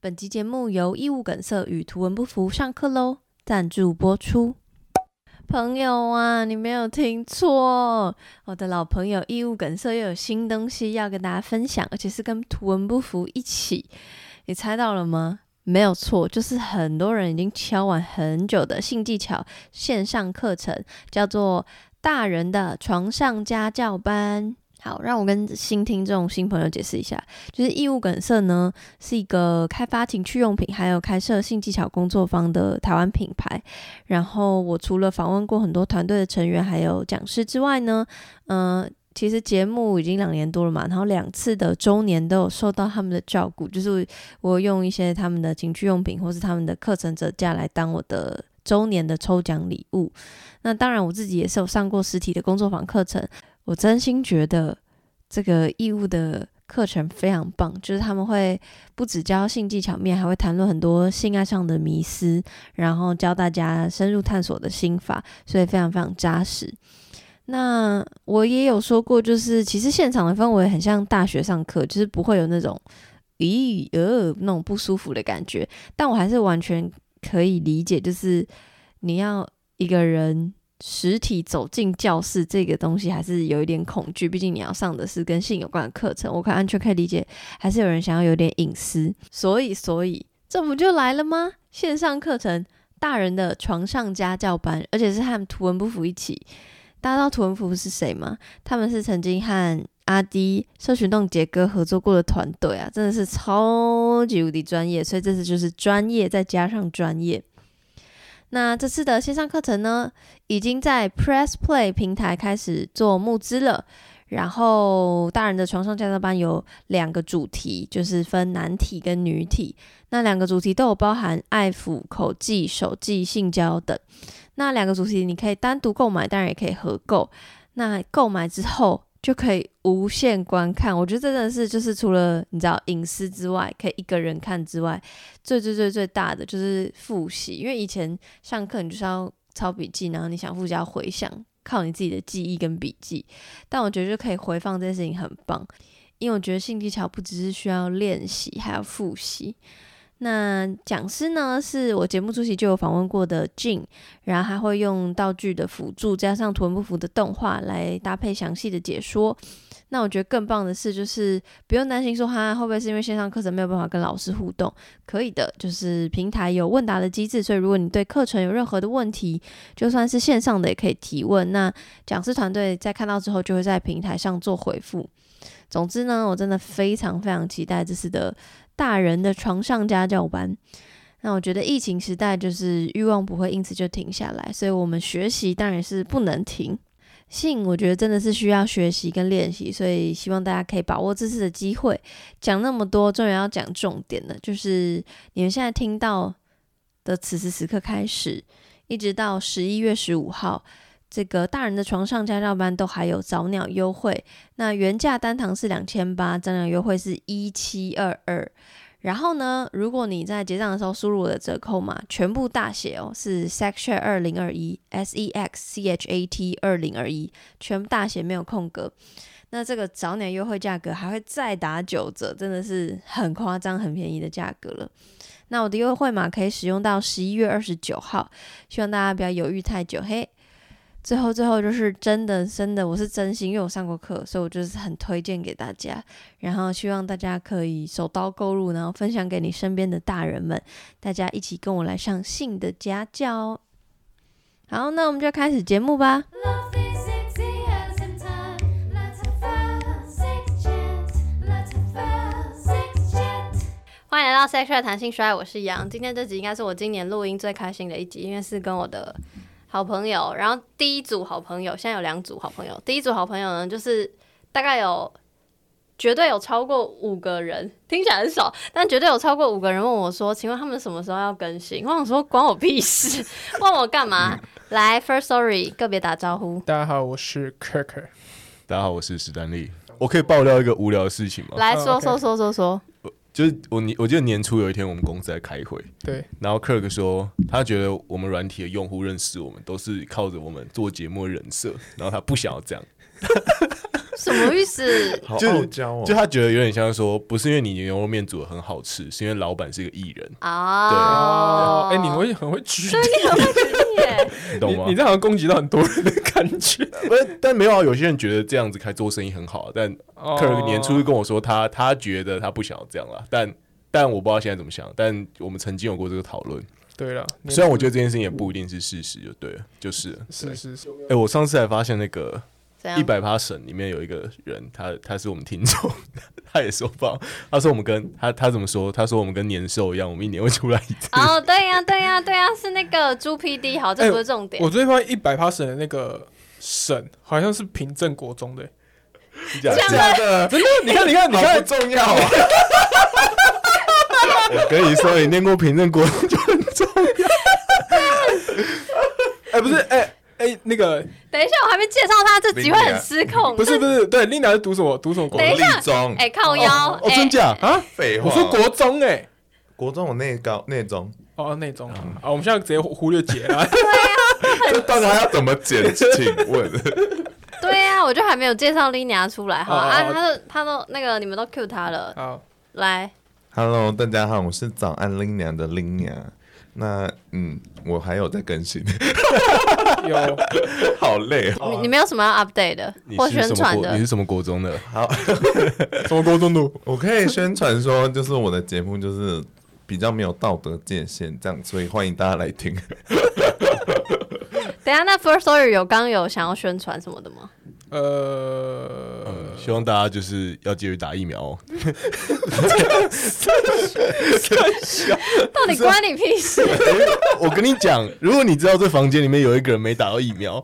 本集节目由义务梗塞与图文不符上课喽赞助播出。朋友啊，你没有听错，我的老朋友义务梗塞又有新东西要跟大家分享，而且是跟图文不符一起。你猜到了吗？没有错，就是很多人已经敲完很久的性技巧线上课程，叫做《大人的床上家教班》。好，让我跟新听众、新朋友解释一下，就是义务梗塞呢是一个开发情趣用品，还有开设性技巧工作坊的台湾品牌。然后我除了访问过很多团队的成员还有讲师之外呢，嗯、其实节目已经两年多了嘛，然后两次的周年都有受到他们的照顾，就是我用一些他们的情趣用品或是他们的课程折价来当我的周年的抽奖礼物。那当然，我自己也是有上过实体的工作坊课程，我真心觉得这个义务的课程非常棒，就是他们会不只教性技巧面，还会谈论很多性爱上的迷思，然后教大家深入探索的心法，所以非常非常扎实。那我也有说过，就是其实现场的氛围很像大学上课，就是不会有那种咦呃那种不舒服的感觉，但我还是完全可以理解，就是你要一个人实体走进教室这个东西还是有一点恐惧，毕竟你要上的是跟性有关的课程，我可完全可以理解，还是有人想要有点隐私，所以所以这不就来了吗？线上课程，大人的床上家教班，而且是和图文不符一起。大家知道图文不符是谁吗？他们是曾经和阿迪、社群动杰哥合作过的团队啊，真的是超级无敌专业，所以这次就是专业再加上专业。那这次的线上课程呢，已经在 Press Play 平台开始做募资了。然后，大人的床上家教班有两个主题，就是分男体跟女体。那两个主题都有包含爱抚、口技、手技、性交等。那两个主题你可以单独购买，当然也可以合购。那购买之后就可以无限观看，我觉得真的是就是除了你知道隐私之外，可以一个人看之外，最最最最大的就是复习，因为以前上课你就是要抄笔记，然后你想复习要回想，靠你自己的记忆跟笔记。但我觉得就可以回放这件事情很棒，因为我觉得性技巧不只是需要练习，还要复习。那讲师呢，是我节目出席就有访问过的 Jin，然后他会用道具的辅助，加上图文不符的动画来搭配详细的解说。那我觉得更棒的是，就是不用担心说他会不会是因为线上课程没有办法跟老师互动，可以的，就是平台有问答的机制，所以如果你对课程有任何的问题，就算是线上的也可以提问。那讲师团队在看到之后，就会在平台上做回复。总之呢，我真的非常非常期待这次的大人的床上家教班。那我觉得疫情时代就是欲望不会因此就停下来，所以我们学习当然是不能停。性我觉得真的是需要学习跟练习，所以希望大家可以把握这次的机会。讲那么多，终于要讲重点了，就是你们现在听到的此时此刻开始，一直到十一月十五号，这个大人的床上家教班都还有早鸟优惠。那原价单堂是两千八，早鸟优惠是一七二二。然后呢，如果你在结账的时候输入我的折扣码，全部大写哦，是 sexchat 二零二一 s e x c h a t 二零二一，全部大写没有空格。那这个早鸟优惠价格还会再打九折，真的是很夸张、很便宜的价格了。那我的优惠码可以使用到十一月二十九号，希望大家不要犹豫太久。嘿，最后最后就是真的真的，我是真心，因为我上过课，所以我就是很推荐给大家。然后希望大家可以手刀购入，然后分享给你身边的大人们，大家一起跟我来上性的家教哦。好，那我们就开始节目吧。 Love is enthusiasm time. Let's have fun, six chant. Let's have fun, six chant. 欢迎来到 Sexual 弹性衰，我是杨。今天这集应该是我今年录音最开心的一集，因为是跟我的好朋友，然后第一组好朋友，现在有两组好朋友。第一组好朋友呢，就是大概有绝对有超过五个人，听起来很少，但绝对有超过五个人问我说：“请问他们什么时候要更新？”我想说关我屁 事，问我干嘛？来，First Story 个别打招呼。大家好，我是 Kirk。大家好，我是史丹利。我可以爆料一个无聊的事情吗？来哦说 OK 说说说说，就是我年，我记得年初有一天我们公司在开会，对，然后 Kirk 说他觉得我们软体的用户认识我们都是靠着我们做节目的人设，然后他不想要这样。什么意 思？好就傲娇哦就。他觉得有点像是说，不是因为你牛肉面煮的很好吃，是因为老板是个 艺人，哦，哎、你会很会举对，你很会举例，你懂吗你？你这好像攻击到很多人的感觉。不是但没有啊，有些人觉得这样子开做生意很好，啊但哦客人年初跟我说他他觉得他不想要这样啦，但但我不知道现在怎么想，但我们曾经有过这个讨论，对了，虽然我觉得得这件事情也不一定是事实，就对了，就是了是是是，哎、我上次还发现那个怎一样？百趴省里面有一个人，他他是我们听众， 他也说吧，他说我们跟他他怎么说？他说我们跟年兽一样，我们一年会出来一次。哦，对呀、对呀、对呀、是那个猪 PD，好，这不是重点。哎我最近发现一百 p 省的那个省好像是平镇国中的、这假的样欸，真的，你看你看你看，重要啊！ 我跟你说，你念过平证国就很重哎、不是哎。哎、那个等一下，我还没介绍他，这集会很失控。不是不是，对，Linda 是读什么？读什么国等一中立下中，哎、靠腰，哦，哎真假？啊？废话，我说国中哎、国中我内高内中，哦，那种啊，我们现在直接忽忽略姐啊，这到底还要怎么剪？请问， 对呀、我就还没有介绍 Lina 出来，好吧哦啊啊，哦他都他都那个你们都 cue 他了，好，来， Hello，大家好，我是早安林娘的林娘。那嗯，我还有在更新， 有好累哦。你你没有什么要 update 的你或是宣什么传国？的你是什么国中的？好， 什么国中读？我可以宣传说，就是我的节目就是比较没有道德界限，这样，所以欢迎大家来听。等一下，那 First Story 有刚有想要宣传什么的吗？呃，希望大家就是要继续打疫苗哦。到底关你屁事？ 我跟你讲，如果你知道这房间里面有一个人没打到疫苗，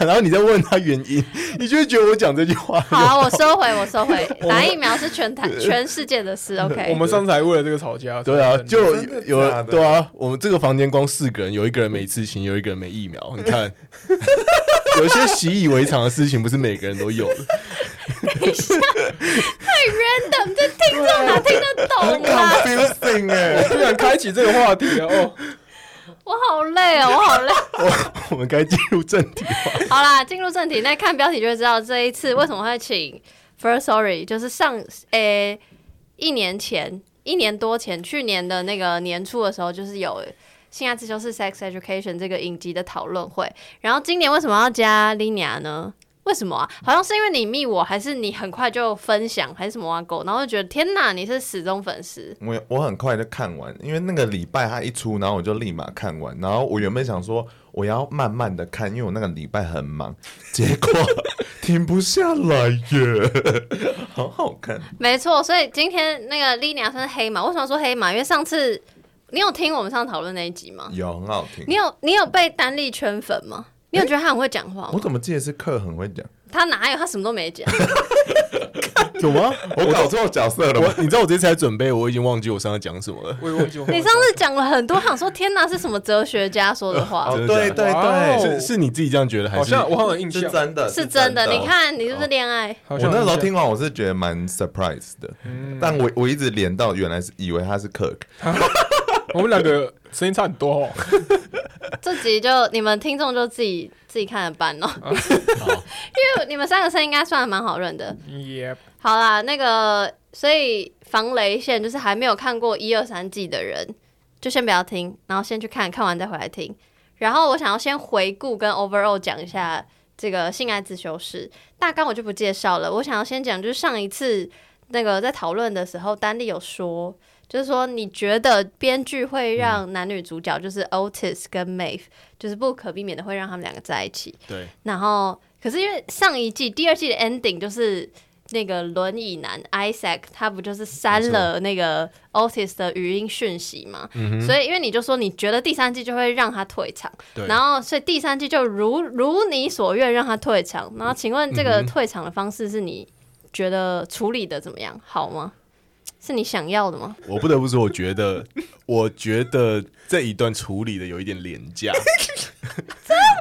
然后你再问他原因，你就会觉得我讲这句话。好啊，我收回，我收回，打疫苗是全台全世界的事我，OK？们上次还为了这个吵架。 对啊，真的就有真的有假的对啊，我们这个房间光四个人，有一个人没刺青，有一个人没疫苗。你 看，有些习以为常的事情，不是每个人都有 的。太 random，这听众哪听得懂啊？ Confusing 哎、突然开启这个话题了哦。我好累哦，我好累。我们该进入正题了。好啦，进入正题，那看标题就会知道这一次为什么会请 First Story，就是上诶、一年前、一年多前，去年的那个年初的时候，就是有性爱自修室 Sex Education 这个影集的讨论会。然后今年为什么要加 Lina 呢？为什么啊？好像是因为你密我，还是你很快就分享，还是什么啊狗？然后就觉得天哪，你是死忠粉丝。我我很快就看完，因为那个礼拜它一出，然后我就立马看完。然后我原本想说我要慢慢的看，因为我那个礼拜很忙， 结果停不下来 耶，好好看。没错，所以今天那个 Lina 算是黑马。为什么说黑马？因为上次你有听我们上次讨论那一集吗？有很好听你。有你有被丹丽圈粉吗？你有觉得他很会讲话我吗？怎么记得是课很会讲？他哪有？他什么都没 讲。有吗？我搞错角色了我吗？你知道我这次才准备，我已经忘记我上次讲什么了。我也忘记我你上次讲了很多，我想说天哪，是什么哲学家说的话？哦，真的对假对哇哦对，是是你自己这样觉得，还好是像我好像有印是象，真的，是真的。哦你，看，你是不是恋爱？好我像有那时候印象嗯听完我是觉得蛮 surprise 的，但我我一直连到原来是以为他是 Kirk，我们两个声音差很多哦。这集就你们听众就自己自己看着办哦。 因为你们三个声应该算蛮好认的。也好啦，那个所以防雷线就是还没有看过一二三季的人，就先不要听，然后先去看看完再回来听。然后我想要先回顾跟 overall 讲一下这个性爱自修室大纲，我就不介绍了。我想要先讲就是上一次那个在讨论的时候，丹利有说，就是说你觉得编剧会让男女主角就是 Otis 跟 Maeve，就是不可避免的会让他们两个在一起。对然后，可是因为上一季、第二季的 ending 就是那个轮椅男 Isaac，他不就是删了那个 Otis 的语音讯息嘛？所以，因为你就说你觉得第三季就会让他退场，对然后所以第三季就如如你所愿让他退场。然后，请问这个退场的方式是你觉得处理的怎么样？好吗？是你想要的吗？我不得不说，我觉得 我觉得这一段处理的有一点廉价。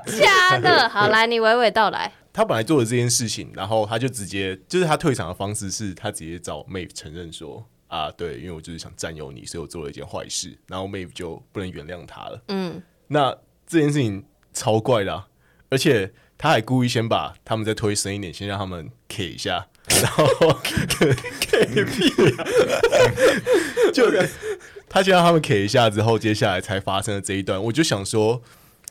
假的，好来，你娓娓道来。他本来做了这件事情，然后他就直接就是他退场的方式是他直接找 Mave 承认说啊，对，因为我就是想占有你，所以我做了一件坏事，然后 Mave 就不能原谅他了。嗯，那这件事情超怪的啊、而且他还故意先把他们再推深一点，先让他们 K 一下，然后 K 屁、啊，就他先让他们 K 一下之后，接下来才发生了这一段。我就想说，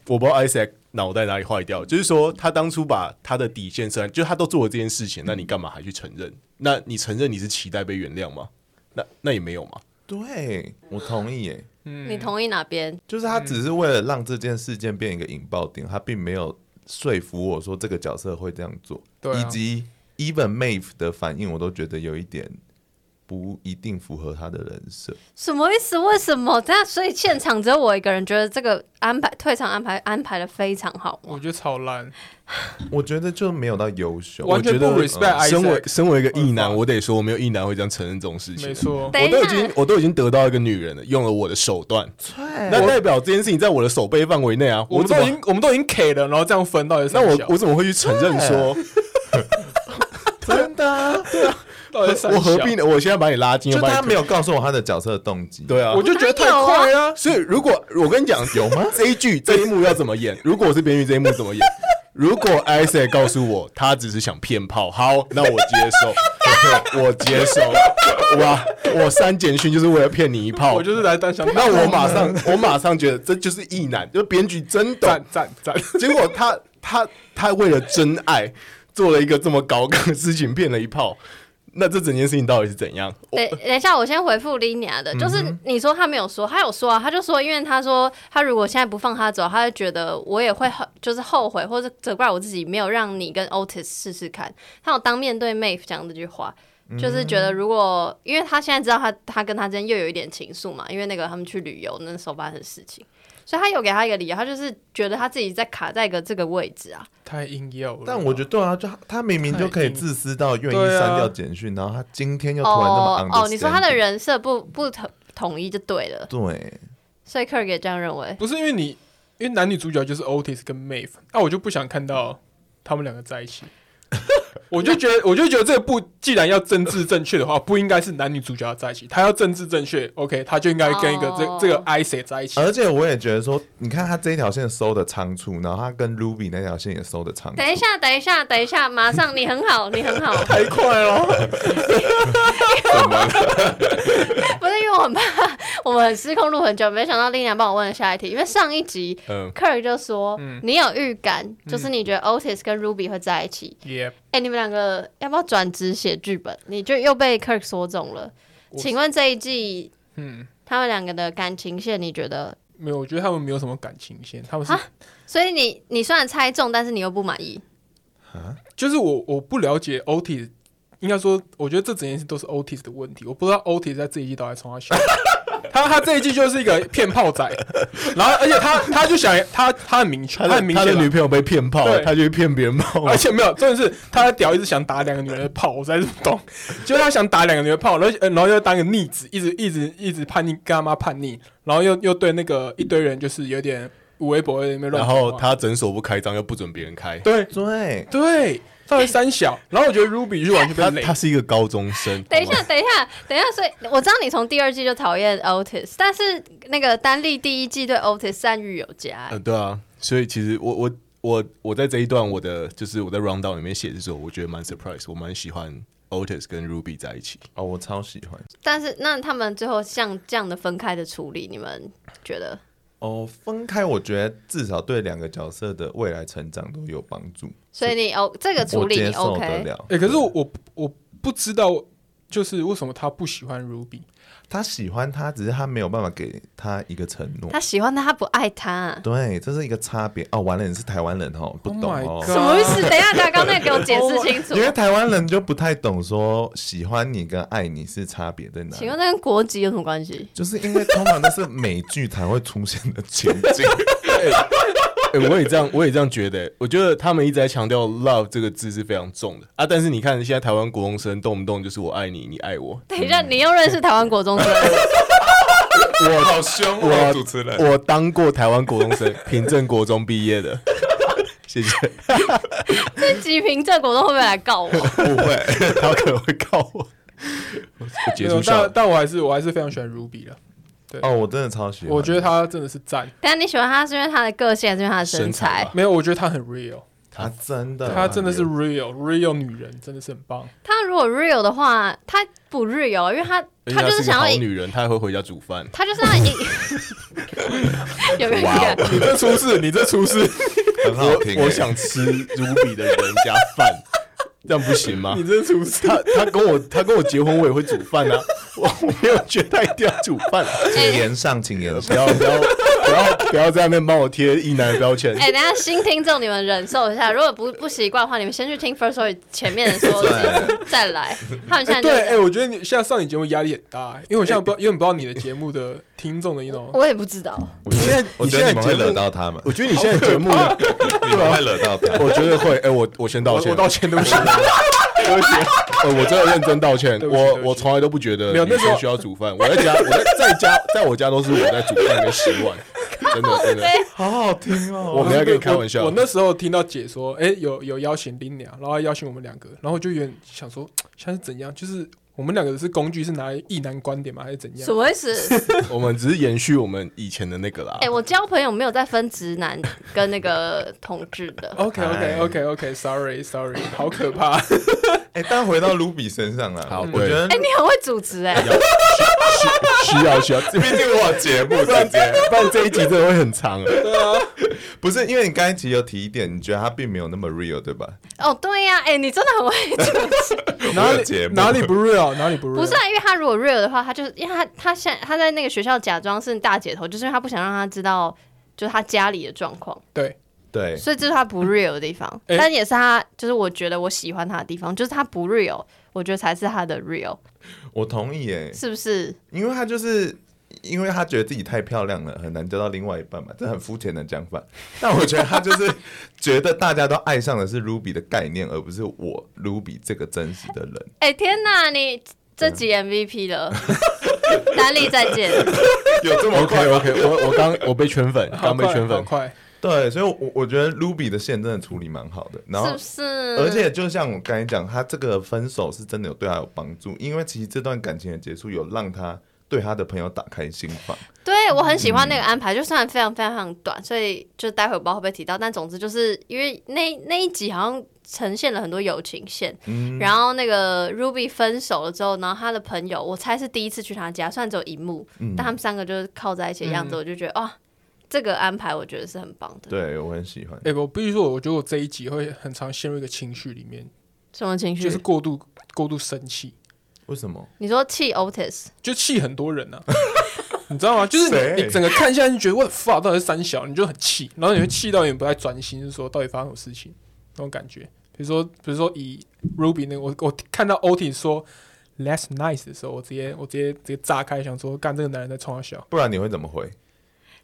我不知道 Isaac 脑袋哪里坏掉，就是说他当初把他的底线设，就他都做了这件事情，那你干嘛还去承认？那你承认你是期待被原谅吗？那那也没有嘛。对，我同意耶。你同意哪边？就是他只是为了让这件事件变一个引爆点，他并没有说服我说这个角色会这样做，对啊以及 even Mave 的反应，我都觉得有一点不一定符合他的人 设。什么意思？为什么？这样，所以现场只有我一个人觉得这个安排退场安排安排的非常好我吗？觉得超烂，我觉得就没有到优秀，完全不我觉得呃 respect 身为哎 Isaac 身为一个异男，嗯我得说我没有异男会这样承认这种事情。没，错，等我一都已下经，我都已经得到一个女人了，用了我的手段，那代表这件事情在我的手背范围内啊。我我们怎都已么经我们都已经 K 了，然后这样分到底是那三我小我怎么会去承认说真的啊、到底是三 我何小必呢？我现在把你拉近，就又把你他推没有告诉我他的角色动机。对啊我。就觉得太快了、所以如果我跟你讲有 吗？这一句这一幕要怎么演？如果我是编剧，这一幕怎么演？如果 Isaac 告诉我他只是想骗炮，好，那我接受， 我接受。哇，我删简讯就是为了骗你一炮，我就是来单想，那我 马上，我马上觉得这就是意男，就是编剧真懂赞。赞赞， 结果他他他为了真爱做了一个这么高杠的事情，骗了一炮。那这整件事情到底是怎样？我等等一下，我先回复 Lina 的，嗯就是你说他没有说，他有说啊，他就说，因为他说他如果现在不放他走，他就觉得我也会后就是后悔或者责怪我自己没有让你跟 Otis 试试看。他有当面对 Mave 讲这句话，嗯就是觉得如果因为他现在知道他他跟他之间又有一点情愫嘛，因为那个他们去旅游那时候发生的事情，所以他有给他一个理由，他就是觉得他自己在卡在一个这个位置啊。太硬要了。但我觉得对啊，就他他明明就可以自私到愿意对啊删掉简讯，然后他今天又突然那么哦 understanding 哦，你说他的人设不不统统一就对了，对，所以 Kirk 也这样认为。不是因为你，因为男女主角就是 Otis 跟 Mave，那、我就不想看到他们两个在一 起。我就觉得，我就觉得这个不，既然要政治正确的话，不应该是男女主角要在一起。他要政治正确，OK，他就应该跟一个这、哦这个 Isaac 在一起。而且我也觉得说，你看他这一条线收的仓促，然后他跟 Ruby 那条线也收的仓促等。一下，等一下，等一下，马上！你很好，你 很好，太快了，不是因为我很怕我们失控录很久，没想到丽娘帮我问了下一题，因为上一集嗯， Kirk 就说、嗯你有预感，就是你觉得 Otis 跟 Ruby 会在一起，也哎、你们两个要不要转职写剧本？你就又被 Kirk 说中了。我请问这一季嗯，他们两个的感情线，你觉得？没有，我觉得他们没有什么感情线，他们是所以你你虽然猜中，但是你又不满意。就是我我不了解 Otis，应该说，我觉得这整件事都是 Otis 的问题。我不知道 Otis 在这一季到底从哪选。他他这一季就是一个骗炮仔，然后而且他他就想他他很明确，他他的很明他显的啦女朋友被骗炮对，他就去骗别人炮。啊而且没有，重点是他的屌一直想打两个女人的炮，我实在是不懂。就是他想打两个女人的炮，然后呃然后又当个逆子，一直一直一直叛逆，跟他妈叛逆，然后又又对那个一堆人就是有点无微不微的那边乱然讲话。后他诊所不开张，又不准别人开。对对，对，他是三小，然后我觉得 Ruby 就完全他被雷他。是一个高中生。等一好下吗，，等一下，等一下。所以我知道你从第二季就讨厌 Otis，但是那个丹利第一季对 Otis 善誉有加、嗯，对啊，所以其实我我我我在这一段我的就是我在 round down 里面写的时候，我觉得蛮 surprise，我蛮喜欢 Otis 跟 Ruby 在一起。哦，我超喜欢。但是那他们最后像这样的分开的处理，你们觉得？哦，分开我觉得至少对两个角色的未来成长都有帮助，所以你 O 这个处我理接你受得 OK？了。哎、可是我我我不知道，就是为什么他不喜欢 Ruby？他喜欢他，只是他没有办法给他一个承诺他。喜欢他，他不爱他、对，这是一个差别哦。完了，你是台湾人哦，不 Oh 懂 my 哦。 God 什么意思？等一下，等一下，刚才给我解释清 楚因。为台湾人就不太懂说喜欢你跟爱你是差别在哪请里问，这跟国籍有什么关系？就是因为通常都是美剧才会出现的情景。哎、我也这样，我也这样觉得、欸我觉得他们一直在强调 “love” 这个字是非常重的啊。但是你看，现在台湾国中生动不动就是“我爱你，你爱我等一下，你又认识台湾国中生？”，我好凶哦我主持人我当过台湾国中生，平镇国中毕业的。谢谢，这集评这国中会不会来告我？不会，欸他可能会告我。我结没有束笑但了，但我还是我还是非常喜欢 Ruby 的，哦，我真的超喜欢。我觉得他真的是赞。等一下你喜欢他是因为他的个性，还是因为他的身身材材吧？没有，我觉得他很 real。她真嗯的，她真的是 real real 女人，真的是很棒。他如果 real 的话，他不 real，因为他而且他她就是是个想好要赢，女人，她还会回家煮饭。他就是要赢。有没有哇哦看？你这出事，你这出事，很好听欸。我想吃卢比的人家饭，这样不行吗你？这出 事。他他跟我他跟我结婚，我也会煮饭啊，我我没有觉得他一定要煮饭、啊。请言上，请言不上，要不要不要不要在那边帮我贴一男的标签。哎、等一下新听众你们忍受一下，如果不不习惯的话，你们先去听 First Story 前面的说对再来。他们现在哎就对，是、哎、我觉得你现在上你节目压力很大、欸因为我现在不知欸道，因为不知道你的节目的听众的，你 know，我也不知道，我觉得我你觉现在得你们会节目惹到他们，我觉得你现在节目，我你们会惹到他们。觉得会。哎、我我先道我歉，我道歉，对不起。对不起，呃，我真的认真道歉。对不起对我不起我从来都不觉得没有那女时候生需要煮饭。我在家，我在在家，在我家都是我在煮饭跟洗碗，真的 真的。好好听哦我没有跟你开玩笑我。我那时候听到姐说，哎、有有邀请林娘，然后还邀请我们两个，然后我就有点想说，像是怎样，就是我们两个是工具，是拿来意男观点吗，还是怎什样？么意思？我们只是延续我们以前的那个啦。 哎、我交朋友没有在分直男跟那个同志的。 OK OK OK OK，Sorry Sorry，好可怕！哎，但回到卢比身上了，好我对觉得哎、你很会主持哎、需需要需 要，毕竟我有节目直接不然这一集真的会很长。啊不是，因为你刚才其实有提一点，你觉得他并没有那么 real，对吧？哦，对呀、哎、你真的很会主持。哪我有里节目哪里不 real，哪里不 real？不是啊，因为他如果 real 的话，他就是因为他他现他在那个学校假装是大姐头，就是因为他不想让他知道就是他家里的状况，对， 对，所以这是他不 real 的地方。哎但也是他就是我觉得我喜欢他的地方，就是他不 real，我觉得才是他的 real，我同意耶，是不是？因为他就是因为他觉得自己太漂亮了，很难得到另外一半嘛，这很肤浅的讲法。但我觉得他就是 觉得大家都爱上的是 Ruby 的概念，而不是我 Ruby 这个真实的人。哎、天哪，你这集啊 MVP 了， 南丽再见。有这 OK OK，我我刚我被圈粉，好刚被快圈好粉。快。对，所以我，我我觉得 Ruby 的线真的处理蛮好的，然后是不是？而且就像我刚才讲，他这个分手是真的有对他有帮助，因为其实这段感情的结束有让他对他的朋友打开心房。对我很喜欢那嗯个安排，就虽然非常非常非常短，所以就待会我不知道会不会提到，但总之就是因为那那一集好像呈现了很多友情线，嗯然后那个 Ruby 分手了之后，然后他的朋友，我猜是第一次去他家，虽然只有一幕，嗯但他们三个就是靠在一起的样子，我就觉得哇，这个安排我觉得是很棒的。对我很喜欢。哎、我必须说，我觉得我这一集会很常陷入一个情绪里面，什么情绪？就是过度过度生气，为什么？你说气 Otis，就气很多人啊。 你知道吗？就是你谁你整个看下来，你觉得我的 fuck 到底是三小，你就很气，然后你会气到有点不太专心，就是说到底发生什么事情那种感觉。比如说，比如说以 Ruby 那个，我我看到 OT 说 less nice 的时候，我直接我直接直接炸开，想说干这个男人在冲他笑。不然你会怎么回？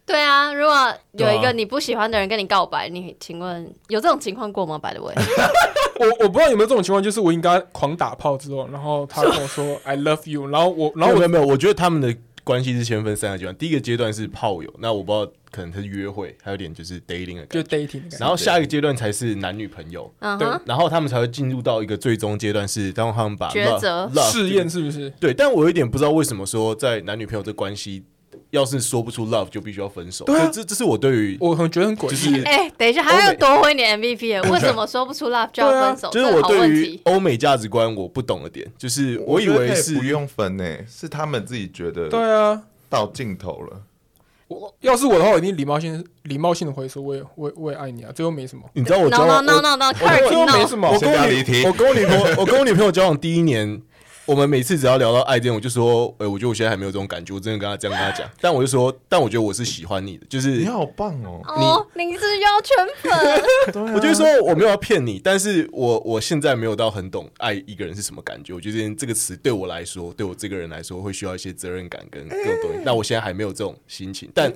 对啊，如果有一对个啊你不喜欢的人跟你告白，你请问有这种情况过吗？By the way，我我不知道有没有这种情况，就是我应该狂打炮之后，然后他跟我说 I love you，然后我然然后后我没有没有，我觉得他们的关系是先分三个阶段，第一个阶段是炮友，那我不知道可能他是约会，还有点就是 dating 的就感觉。 dating 的感觉然后下一个阶段才是男女朋友，嗯对哼，然后他们才会进入到一个最终阶段是，当他们把抉 love, 择 love 试验是不是？对，但我有一点不知道为什么说在男女朋友这关系，要是说不出 love 就必须要分手。对啊这这这是我对于我很觉得很诡就异是。哎、等一下，还要夺回你 MVP 耶为什么说不出 love 就要对啊分手？就是这我好对问于题。欧美价值观我不懂的点，就是我以觉得可为是不用分呢、是他们自己觉得对啊，到尽头了。我要是我的话，我一定礼貌性礼貌性的回说，我也我也我也爱你啊，最后没什么。你知道我交 No 往 no no no 我 no，我克尔最后没什 no，么我，跟先不我要离女题我跟我女朋友，我跟我女朋友交往第一年，我们每次只要聊到爱这种，我就说，哎、我觉得我现在还没有这种感觉，我真的跟她这样跟她讲，但我就说，但我觉得我是喜欢你的，就是你好棒哦！哦，你是要圈粉，对啊我就说我没有要骗你，但是我我现在没有到很懂爱一个人是什么感觉。我觉得这个词对我来说，对我这个人来说，会需要一些责任感跟各种东西。那我现在还没有这种心情，但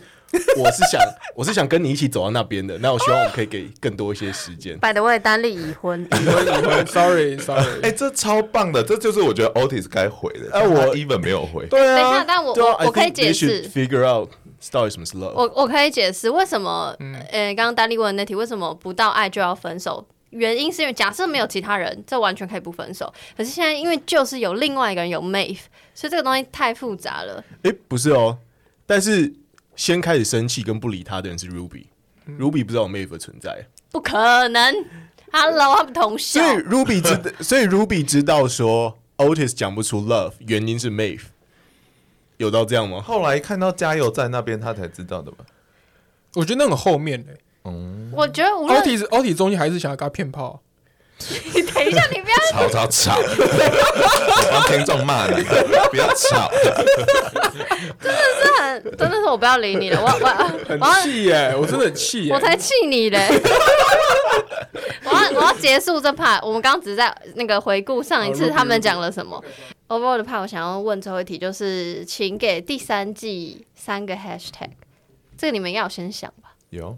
我是想，我是想跟你一起走到那边的。那我希望我们可以给更多一些时 间。by the way，丹丽已婚，已婚已 婚，sorry 哎、 sorry。这超棒的，这就是我觉得 Otis 该回的。哎哎、我我 even 没有回，对等一下，啊，但我 对啊我我可以 I think 解 they should 释， figure out 到底什么是 love。我我可以解释为什么，呃，刚刚丹丽问的那题，为什么不到爱就要分手？原因是因为假设没有其他人，这完全可以不分手。可是现在因为就是有另外一个人有 Mave，所以这个东西太复杂了。哎、不是哦，但是先开始生气跟不理他的人是 Ruby。Ruby 不知道有 Mave 的存在，不可能。Hello，他们同校所，以 Ruby 知，所以 Ruby 知道说 Otis 讲不出 love，原因是 Mave，有到这样吗？后来看到加油站那边，他才知道的吧？我觉得那很后面的、我觉得无奥论体是奥体中间还是想要给他骗炮，你等一下，你不要吵吵吵！ 我帮听众骂你，不要吵。真的很，真的是我不要理你了，我我很我要气耶、我真的很气耶、啊我才气你 嘞！我要我要结束这 part，我们刚刚只是在那个回顾上一好次录他录们讲了什么。Overall 的 part，我想要问最后一题，就是请给第三季三个 hashtag，这个你们应该有先想吧？有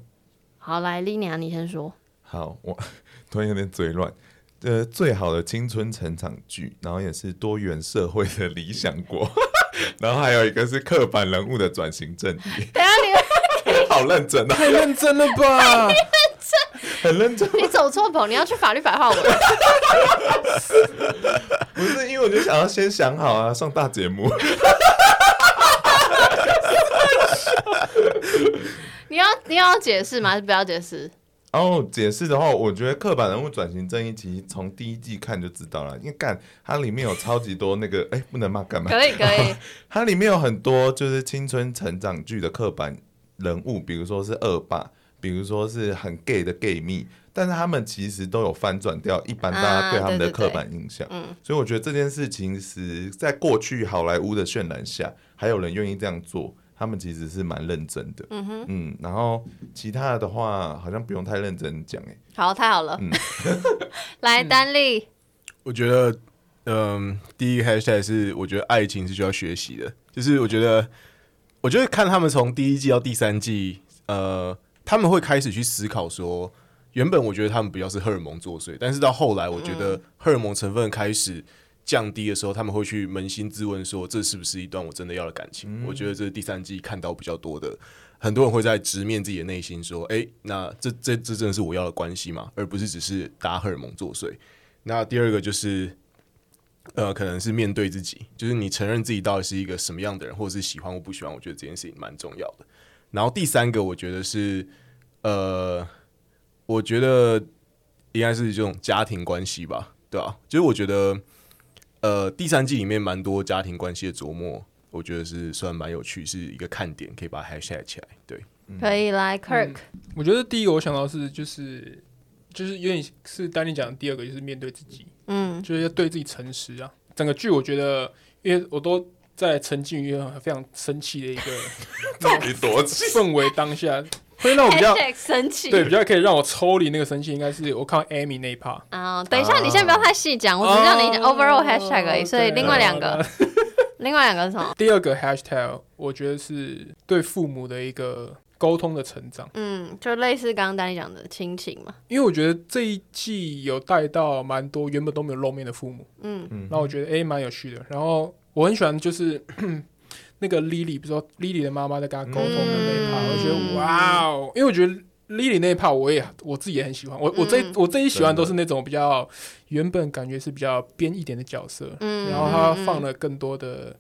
好，来 Lina，你先说。好，我突然有点嘴软。呃，最好的青春成长剧，然后也是多元社会的理想国， 然后还有一个是刻板人物的转型正义， 等一下好认真啊，太认真了吧？ 很认真。你你走错棚，你要去法律白话文。 不是因为我就想要先想好啊，上大节目。 你要你要解释吗？还是不要解释？然后解释的话，我觉得刻板人物转型正义其实从第一季看就知道了，因为干它里面有超级多那个，哎、不能骂干嘛？可以可 以，它里面有很多就是青春成长剧的刻板人物，比如说是恶霸，比如说是很 gay 的 gay 蜜，但是他们其实都有翻转掉一般大家对他们的啊对对刻板印象。嗯所以我觉得这件事情是在过去好莱坞的渲染下，还有人愿意这样做，他们其实是蛮认真的。嗯哼，嗯，然后其他的话好像不用太认真讲哎、好，太好了。嗯嗯来，丹丽，我觉得，嗯，第一个 hashtag 是我觉得爱情是需要学习的，就是我觉得，我觉得看他们从第一季到第三季，呃，他们会开始去思考说，原本我觉得他们比较是荷尔蒙作祟，但是到后来，我觉得荷尔蒙成分开始降低的时候，他们会去扪心自问说，这是不是一段我真的要的感情？我觉得这是第三季看到比较多的。很多人会在直面自己的内心，说：“诶，那这这这真的是我要的关系吗？而不是只是打荷尔蒙作祟。”那第二个就是，呃，可能是面对自己，就是你承认自己到底是一个什么样的人，或者是喜欢或不喜欢。我觉得这件事情蛮重要的。然后第三个，我觉得是，呃，我觉得应该是这种家庭关系吧，对啊，就是我觉得，呃，第三季里面蛮多家庭关系的琢磨，我觉得是算蛮有趣，是一个看点，可以把它 hashtag 起来。 对，嗯可以来 Kirk，我觉得第一个我想到是就是就是有点是丹尼讲的第二个，就是面对自己，嗯就是要对自己诚实啊。整个剧我觉得，因为我都在沉浸于非常生气的一个到底多气？氛围当下，会让我比较，#hashtag 生气。对比较可以让我抽离那个生气，应该是我看到 Amy 那一趴。啊、等一下，你先不要太细讲，我只是让你讲哦 overall hashtag 而已。所以对另外两啊个，另外两个是什么？第二个 hashtag，我觉得是对父母的一个沟通的成长，嗯，就类似刚刚丹尼讲的亲情嘛。因为我觉得这一季有带到蛮多原本都没有露面的父母，嗯，嗯然后我觉得诶蛮、有趣的。然后我很喜欢就是 那个 Lily，比如说 Lily 的妈妈在跟她沟通的那一趴，嗯我觉得哇哦，因为我觉得 Lily 那一趴我也我自己也很喜欢，我我这、嗯我这一喜欢都是那种比较原本感觉是比较编一点的角色，嗯然后他放了更多的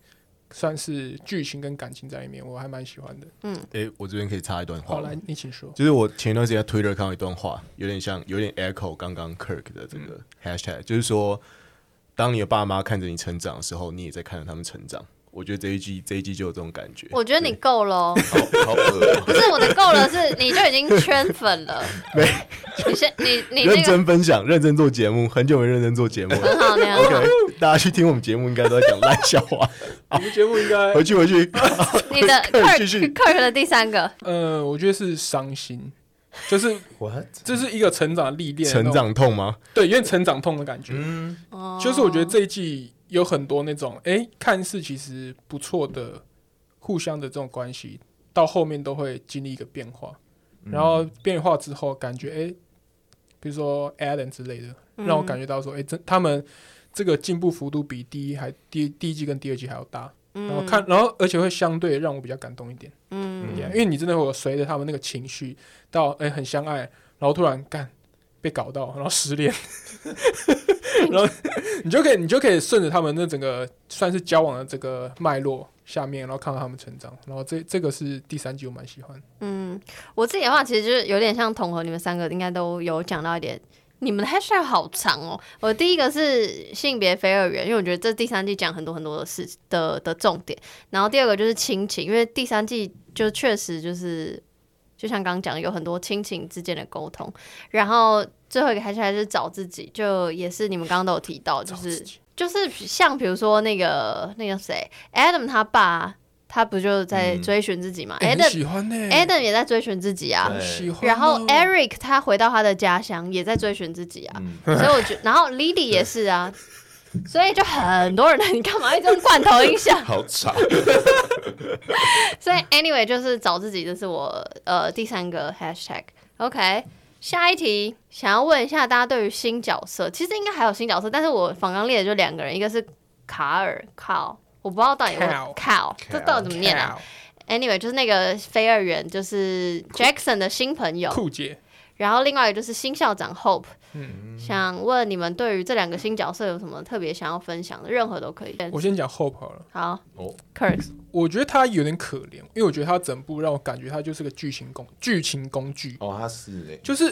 算是剧情跟感情在里面，我还蛮喜欢的。诶，我这边可以插一段话好，吗来你请说。就是我前一段时间在 Twitter 看到一段话，有点像，有点 echo 刚刚 Kirk 的这个 hashtag，、就是说，当你的爸妈看着你成长的时候，你也在看着他们成长。我觉得这一季这一季就有这种感觉。我觉得你够了哦，好恶、哦不是我的够了，是 你就已经圈粉 了。没，你先你 你那认个真分享，认真做节目，很久没认真做节目了。很好，你很好 OK，大家去听我们节目，应该都在讲烂笑话。我们节目应 该回去回去，你的 Kirk，继续 Kirk Kirk 的第三个，呃，我觉得是伤心，就是，what？这是一个成长历练，成，长痛吗？对，有点成长痛的感觉。嗯，哦就是我觉得这一季有很多那种，哎、看似其实不错的互相的这种关系，到后面都会经历一个变化，嗯然后变化之后感觉，哎、比如说 Adam 之类的，让我感觉到说，哎、这他们这个进步幅度比第一还第一第一季跟第二季还要大，然后看，然后而且会相对让我比较感动一点。嗯， Yeah，因为你真的会有随着他们那个情绪到哎、很相爱，然后突然干被搞到，然后失 恋， 然后你就可以你就可以顺着他们那整个算是交往的这个脉络下面，然后看到他们成长，然后这这个是第三集我蛮喜欢。嗯，我自己的话其实就是有点像统合，你们三个应该都有讲到一点。你们的 hashtag 好长哦。我第一个是性别非二元，因为我觉得这第三季讲很多很多的事的的重点。然后第二个就是亲情，因为第三季就确实就是就像刚刚讲的，有很多亲情之间的沟通。然后最后一个 hashtag 就是找自己，就也是你们刚刚都有提到，就找是自己就是像比如说那个那个谁 Adam 他爸，他不就在嗯追寻自己嘛、哎 a 很 d a m 喜欢呢、 Adam 也在追寻自己啊对，喜欢哦。然后 Eric 他回到他的家乡也在追寻自己啊，嗯， 所以我觉，然后 Lily 也是啊，所以就很多人，你干嘛一直用罐头音响？ 好吵，所以 anyway 就是找自己，这是我呃第三个 hashtag。OK，下一题想要问一下大家对于新角色，其实应该还有新角色，但是我反刚列的就两个人，一个是卡尔 Cal，我不知道到底有没有 Cal Cal，这到底怎么念啊？Anyway 就是那个非二元，就是 Jackson 的新朋友，酷姐，然后另外一个就是新校长 Hope，、嗯想问你们对于这两个新角色有什么特别想要分享的，任何都可以。我先讲 Hope 好了。好哦，Curse，我觉得他有点可怜，因为我觉得他整部让我感觉他就是个剧情工剧情工具，哦，他是哎，就是，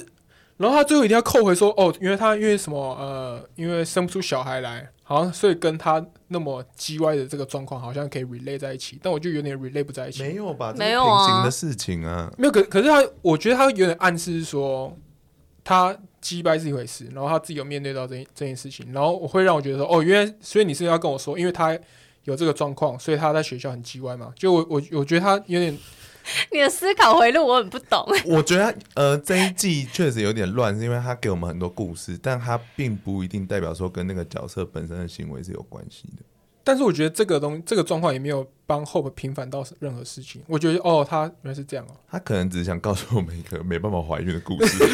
然后他最后一定要扣回说，哦，因为他因为什么呃，因为生不出小孩来，好像所以跟他那么叽歪的这个状况好像可以 relay 在一起，但我就有点 relay 不在一起。没有吧？这是没有啊平行的事情啊，没有，可可是他，我觉得他有点暗示说，他击败是一回事，然后他自己有面对到这这件事情，然后我会让我觉得说，哦，原来，所以你是要跟我说，因为他有这个状况，所以他在学校很叽歪嘛？就我我我觉得他有点 你的思考回路我很不懂。 我觉得呃这一季确实有点乱，是因为他给我们很多故事，但他并不一定代表说跟那个角色本身的行为是有关系的。但是我觉得这个东这个状况也没有帮 Hope 平反到任何事情。我觉得哦，他原来是这样哦、他可能只是想告诉我们一个没办法怀孕的故事。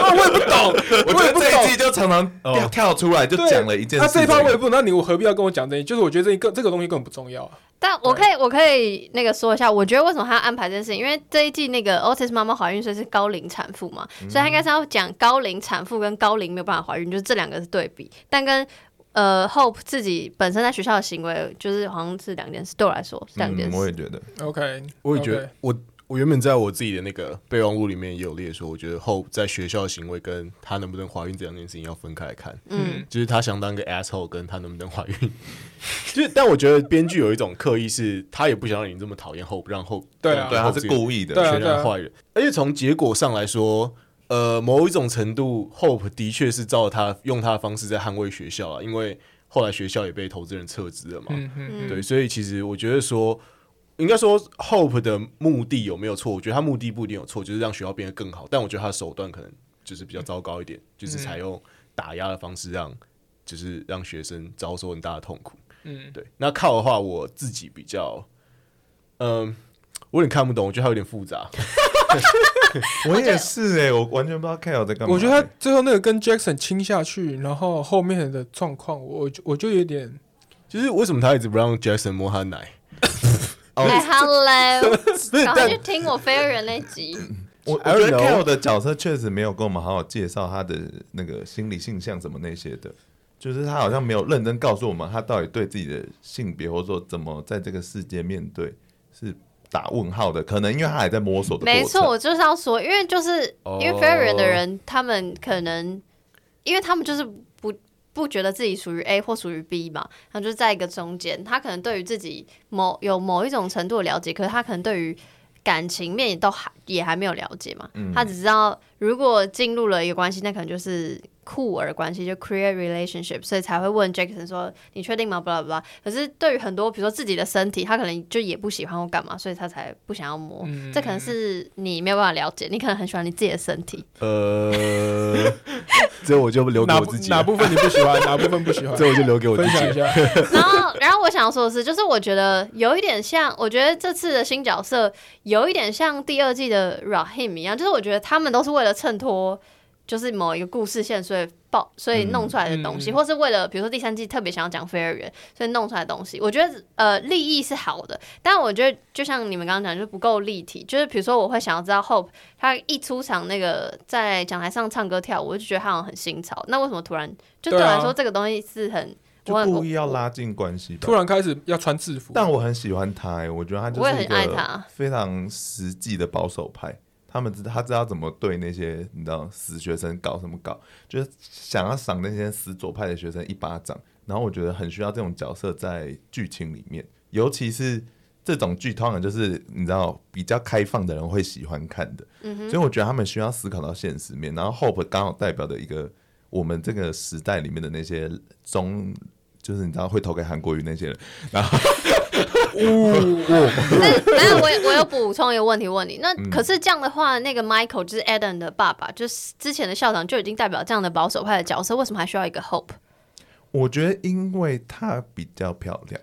啊，我也不懂，我我也觉得不这一季懂。就常常跳跳出来 就对讲了一件他事这一情。趴我也不懂，那你我何必要跟我讲这些？就是我觉得这一个这个东西根本不重要啊。但我可以，我可以那个说一下，我觉得为什么他要安排这件事情，因为这一季那个 Otis 妈妈怀孕，所以是高龄产妇嘛，所以他应该是要讲高龄产妇跟高龄没有办法怀孕，就是这两个是对比，但跟呃 Hope 自己本身在学校的行为，就是好像是两件事，对我来说是两件嗯，我事。也觉得 OK，我也觉 OK 得，我我原本在我自己的那个备忘录里面也有列说，我觉得后在学校的行为跟她能不能怀孕这两件事情要分开来看。嗯，就是她想当个 asshole，跟她能不能怀孕，就是但我觉得编剧有一种刻意是，她也不想让你这么讨厌后，让后对啊让对，他 Hope 是这个故意的。对啊全然坏人。而且从结果上来说，呃，某一种程度，Hope 的确是照他用他的方式在捍卫学校啊，因为后来学校也被投资人撤资了嘛。嗯嗯对，所以其实我觉得说，应该说 Hope 的目的有没有错？我觉得他目的不一定有错，就是让学校变得更好。但我觉得他的手段可能就是比较糟糕一点，嗯就是采用打压的方式让，就是让学生遭受很大的痛苦。嗯，对，那靠的话，我自己比较，嗯、我有点看不懂，我觉得它有点复杂。我也是哎、我完全不知道 Kale 在干嘛、我觉得他最后那个跟 Jackson 亲下去，然后后面的状况，我我就我就有点就是为什么他一直不让 Jackson 摸他奶？哦 哎，Hello，不是，赶快去但听我非二元那集。我我 I 觉 don't 得 know Kale 的角色确实没有跟我们好好介绍他的那个心理性向什么那些的，就是他好像没有认真告诉我们他到底对自己的性别或者说怎么在这个世界面对是打问号的，可能因为他还在摸索的过程。没错，我就是要说，因为就是、哦因为 f a r r 的人，他们可能，因为他们就是不不觉得自己属于 A 或属于 B 嘛，他就是在一个中间，他可能对于自己某有某一种程度的了解，可是他可能对于感情面也都还也还没有了解嘛，他只知道如果进入了一个关系，那可能就是。酷儿关系就 create relationship，所以才会问 Jackson 说：“你确定吗？”不啦不啦。可是对于很多，比如说自己的身体，他可能就也不喜欢或干嘛，所以他才不想要摸。嗯这可能是你没有办法了解，你可能很喜欢你自己的身体。呃， 这我就留给哪我部自己哪了，部分你不喜欢， 哪部分不喜欢，这我就留给我自分己享了一。下。然后，然后我想说的是，就是我觉得有一点像，我觉得这次的新角色有一点像第二季的 Rahim 一样，就是我觉得他们都是为了衬托。就是某一个故事线，所以爆，所以弄出来的东西，嗯嗯或是为了比如说第三季特别想要讲非二元，所以弄出来的东西，我觉得呃利益是好的，但我觉得就像你们刚刚讲，就是不够立体。就是比如说，我会想要知道 Hope 他一出场那个在讲台上唱歌跳舞，我就觉得他好像很新潮。那为什么突然就对我对啊来说，这个东西是很就我故意要拉近关系吧。突然开始要穿制服，但我很喜欢他、欸，我觉得他就我也是一很爱他个非常实际的保守派。他们知他知道怎么对那些你知道死学生搞什么搞，就是想要赏那些死左派的学生一巴掌。然后我觉得很需要这种角色在剧情里面，尤其是这种剧通常就是你知道比较开放的人会喜欢看的。嗯所以我觉得他们需要思考到现实面。然后 Hope 刚好代表的一个我们这个时代里面的那些中，就是你知道会投给韩国瑜那些人，那 那我有我有补充一个问题问你，那嗯可是这样的话，那个 Michael 就是 Adam 的爸爸，就是之前的校长就已经代表这样的保守派的角色，为什么还需要一个 Hope？我觉得因为她比较漂亮，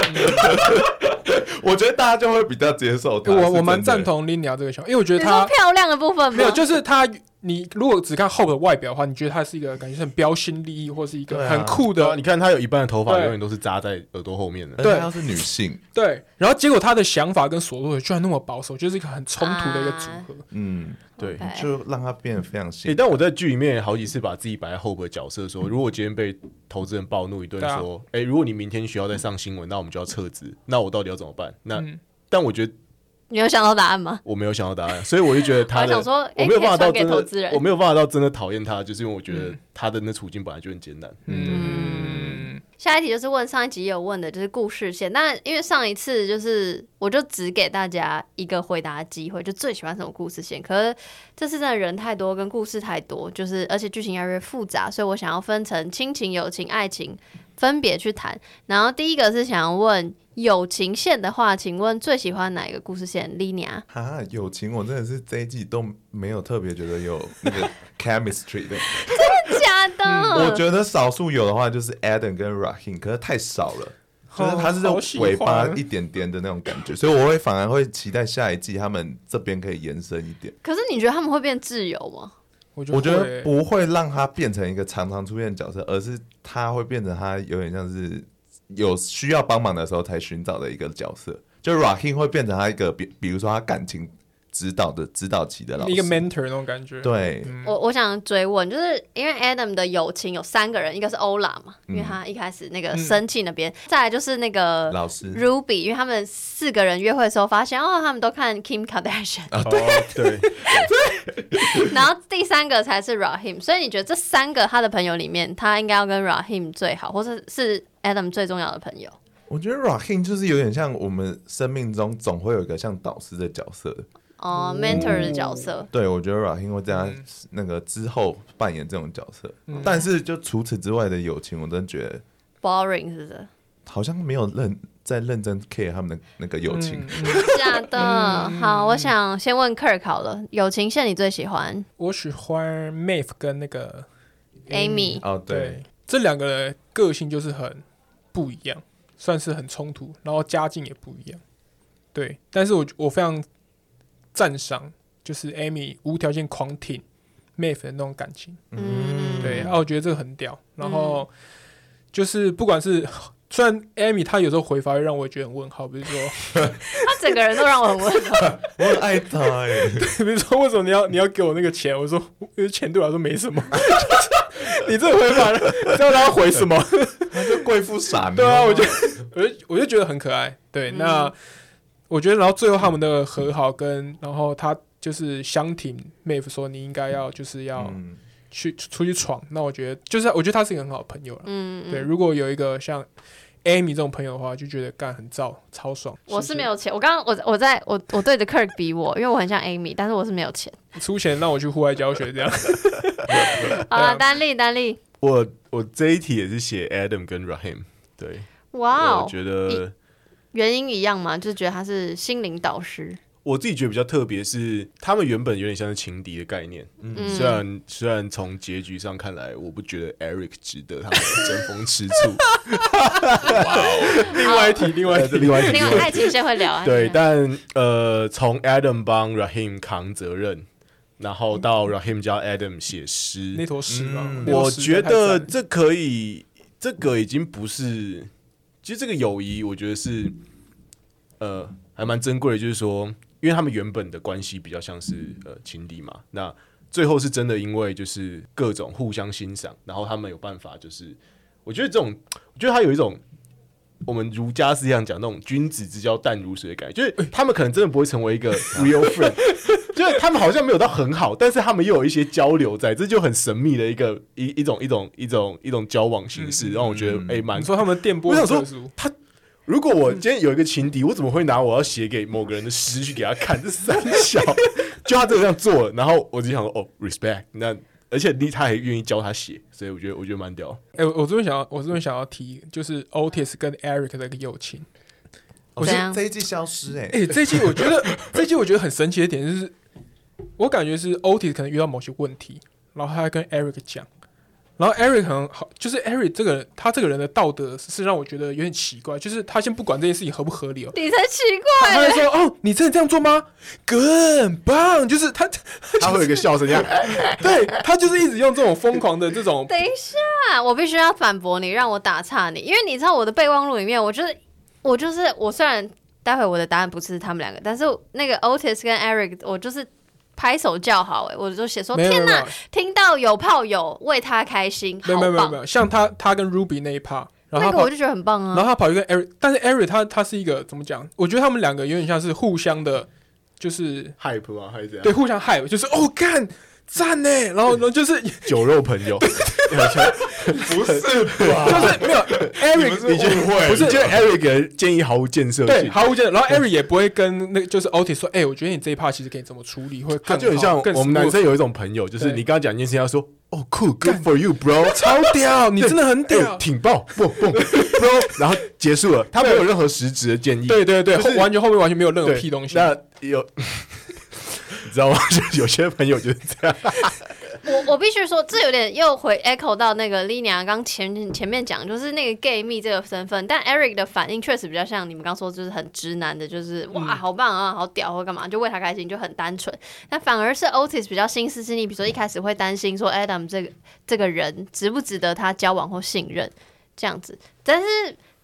我觉得大家就会比较接受她。我是我蛮真的赞。同 Lina 这个想法，因为我觉你得说她漂亮的部分吗？ 没有，就是她，你如果只看 Hope 的外表的话，你觉得她是一个感觉是很标新立异，或是一对个啊很酷的，你看他有一半的头发对永远都是扎在耳朵后面的，而且她是女性，对，然后结果他的想法跟所做的居然那么保守，就是一个很冲突的一个组合。嗯，对。 OK 就让她变得非常欸性。但我在剧里面好几次把自己摆在后边的角色说，如果今天被投资人暴怒一顿对啊，说，哎、如果你明天学校再上新闻，那我们就要撤资，那我到底要怎么办？那、嗯但我觉得你有想到答案吗？我没有想到答案，所以我就觉得他我的想说我欸没有办法到可以传真给投资的人，我没有办法到真的讨厌他，就是因为我觉得他的那处境本来就很艰难。嗯，下一题就是问上一集有问的，就是故事线。那因为上一次就是我就只给大家一个回答的机会，就最喜欢什么故事线。可是这次真的人太多，跟故事太多，就是而且剧情越来越复杂，所以我想要分成亲情、友情、爱情分别去谈。然后第一个是想要问友情线的话，请问最喜欢哪一个故事线？Lina，啊哈，友情我真的是这一季都没有特别觉得有那个 chemistry 的，假的，我觉得少数有的话就是 Adam 跟 Rahim，可是太少了。就是他是哦好喜欢尾巴一点点的那种感觉，所以我会反而会期待下一季他们这边可以延伸一点。可是你觉得他们会变挚友吗？我我觉觉得得会不会让他变成一个常常出现的角色，而是他会变成他有点像是有需要帮忙的时候才寻找的一个角色。就 Rahim 会变成他一个比，比如说他感情指导的指导期的老师，一个 mentor 嗯那种感觉。，对，我我想追问，就是因为 Adam 的友情有三个人，一个是欧拉嘛，因为他一开始那个生气那边，再来就是那个老师 Ruby，因为他们四个人约会的时候发现，哦，他们都看 Kim Kardashian，哦，对， 然后第三个才是 Rahim，所以你觉得这三个他的朋友里面，他应该要跟 Rahim 最好，或者是 Adam 最重要的朋友？我觉得 Rahim 就是有点像我们生命中总会有一个像导师的角色。哦、m e n t o r 的角色，对，我觉得 Rahim 会在他嗯那个之后扮演这种角色，但是就除此之外的友情，我真的觉得 boring 是不 是？好像没有认在认真 care 他们的那个友嗯情。假的。好，我想先问 Kirk 好了，友情线你最喜欢我喜欢 Mave 跟那个 Amy？哦，对对，这两个人个性就是很不一样，算是很冲突，然后家境也不一样。对，但是我我非常赞赏，就是 Amy 无条件狂挺 Mave 的那种感情。嗯，对，啊，我觉得这个很屌。然后就是不管是 虽然 Amy 她有时候回发会让我觉得很问号，比如说。他整个人都让我很温柔。 我很爱他哎、比如说为什么你要你要给我那个钱？我说因为钱对我来说没什么。 你这回法，你知道他回什么？他就贵妇傻妞。对啊，我就 我就我就觉得很可爱。对，那嗯我觉得，然后最后他们的和好跟，然后他就是相挺 Mave 说你应该要就是要嗯，去出去闯。那我觉得就是我觉得他是一个很好的朋友了。嗯，对，如果有一个像 Amy 这种朋友的话，就觉得干很燥，超爽。我是谢谢没有钱。我刚刚我我在我我对着 Kirk 比我，因为我很像 Amy，但是我是没有 钱。出钱让我去户外教学这样。 好啊了，丹丽丹丽， 我我这一题也是写 Adam 跟 Rahim，对哇我哦，觉得原因一样嘛，就是觉得他是心灵导 师。我自己觉得比较特别是，他们原本有点像是情敌的概念。嗯，虽然虽然从结局上看来，我不觉得 Eric 值得他们的争风吃醋。另外一题，另外一哦呃这题，另外一题另外，爱情线会聊啊。对，但呃，从 Adam 帮 Rahim 扛责任，然后到 Rahim 教 Adam 写诗，那坨屎嘛，那坨嗯我屎真觉的太赞得了这可以，这个已经不是，其实这个友谊，我觉得是，呃，还蛮珍贵的。就是说，因为他们原本的关系比较像是呃情敌嘛，那最后是真的因为就是各种互相欣赏，然后他们有办法就是我觉得这种，我觉得他有一种我们儒家思想讲那种君子之交淡如水的感觉，哎就是他们可能真的不会成为一个 real friend，就是他们好像没有到很好，但是他们又有一些交流在，这就很神秘的一个一一种一种一种一种交往形嗯式，让我觉得哎蛮、你说他们电波我想很说特殊，他如果我今天有一个情敌，我怎么会拿我要写给某个人的诗去给他看？这三小， 就他真的这样做了，然后我就想说，哦，respect，那而且你他还愿意教他写，所以我觉得我觉得蛮屌。哎、我我这边想要，我这边想要提，就是 Otis 跟 Eric 的一个友情。我怎样是这一季消失哎、哎、这一季我觉得，这一季我觉得很神奇的点就是，我感觉是 Otis 可能遇到某些问题，然后他跟 Eric 讲，然后 Eric 很好，就是 Eric 这个人他这个人的道德是让我觉得有点奇怪，就是他先不管这件事情合不合理哦，你才奇他怪他就说哦，你真的这样做吗？更棒，就是他，他会有一个笑声，这样哎对他就是一直用这种疯狂的这种等一下，我必须要反驳你，让我打岔你，因为你知道我的备忘录里面，我就是我就是我虽然待会我的答案不是他们两个，但是那个 Otis 跟 Eric，我就是拍手叫好、哎，我就写说没有没天有没哪有，听到有炮友为他开心，没有好没有没有没棒，有，像他他跟 Ruby 那一趴，然那后他个跑我就觉得很棒然后啊。他跑去跟 Eric，但是 Eric 他他是一个怎么讲？我觉得他们两个有点像是互相的，就是，hype 吗？还是怎样？对互相害，就是哦干赞呢，然后然后就是就酒肉朋友，不是吧？是 没有 Eric 你误会啊不是？就 Eric 的建议毫无建设对性，毫无间，然后 Eric 也不会跟那个就是 Otis 说，哎，我觉得你这一趴其实可以怎么处理会他更就很好像更我们 smooth 男 生有一种朋友，就是对你刚刚讲一件事情，他说哦，cool，good for you，bro，超屌，你真的很屌哎挺爆，蹦蹦，bro，然后 结束了，他没有任何实质的建议，对对对，哎就是后完全后面完全没有任何对屁东西。那有， 你知道吗？ 就有些朋友就是这样，我我必须说，这有点又回 echo 到那个 Lina 刚前前面讲，就是那个 gay 蜜这个身份，但 Eric 的反应确实比较像你们刚说，就是很直男的，就是哇，好棒啊，好屌或干嘛，就为他开心，就很单纯。那反而是 Otis 比较心思细腻，比如说一开始会担心说 Adam 这个这个人值不值得他交往或信任这样子，但是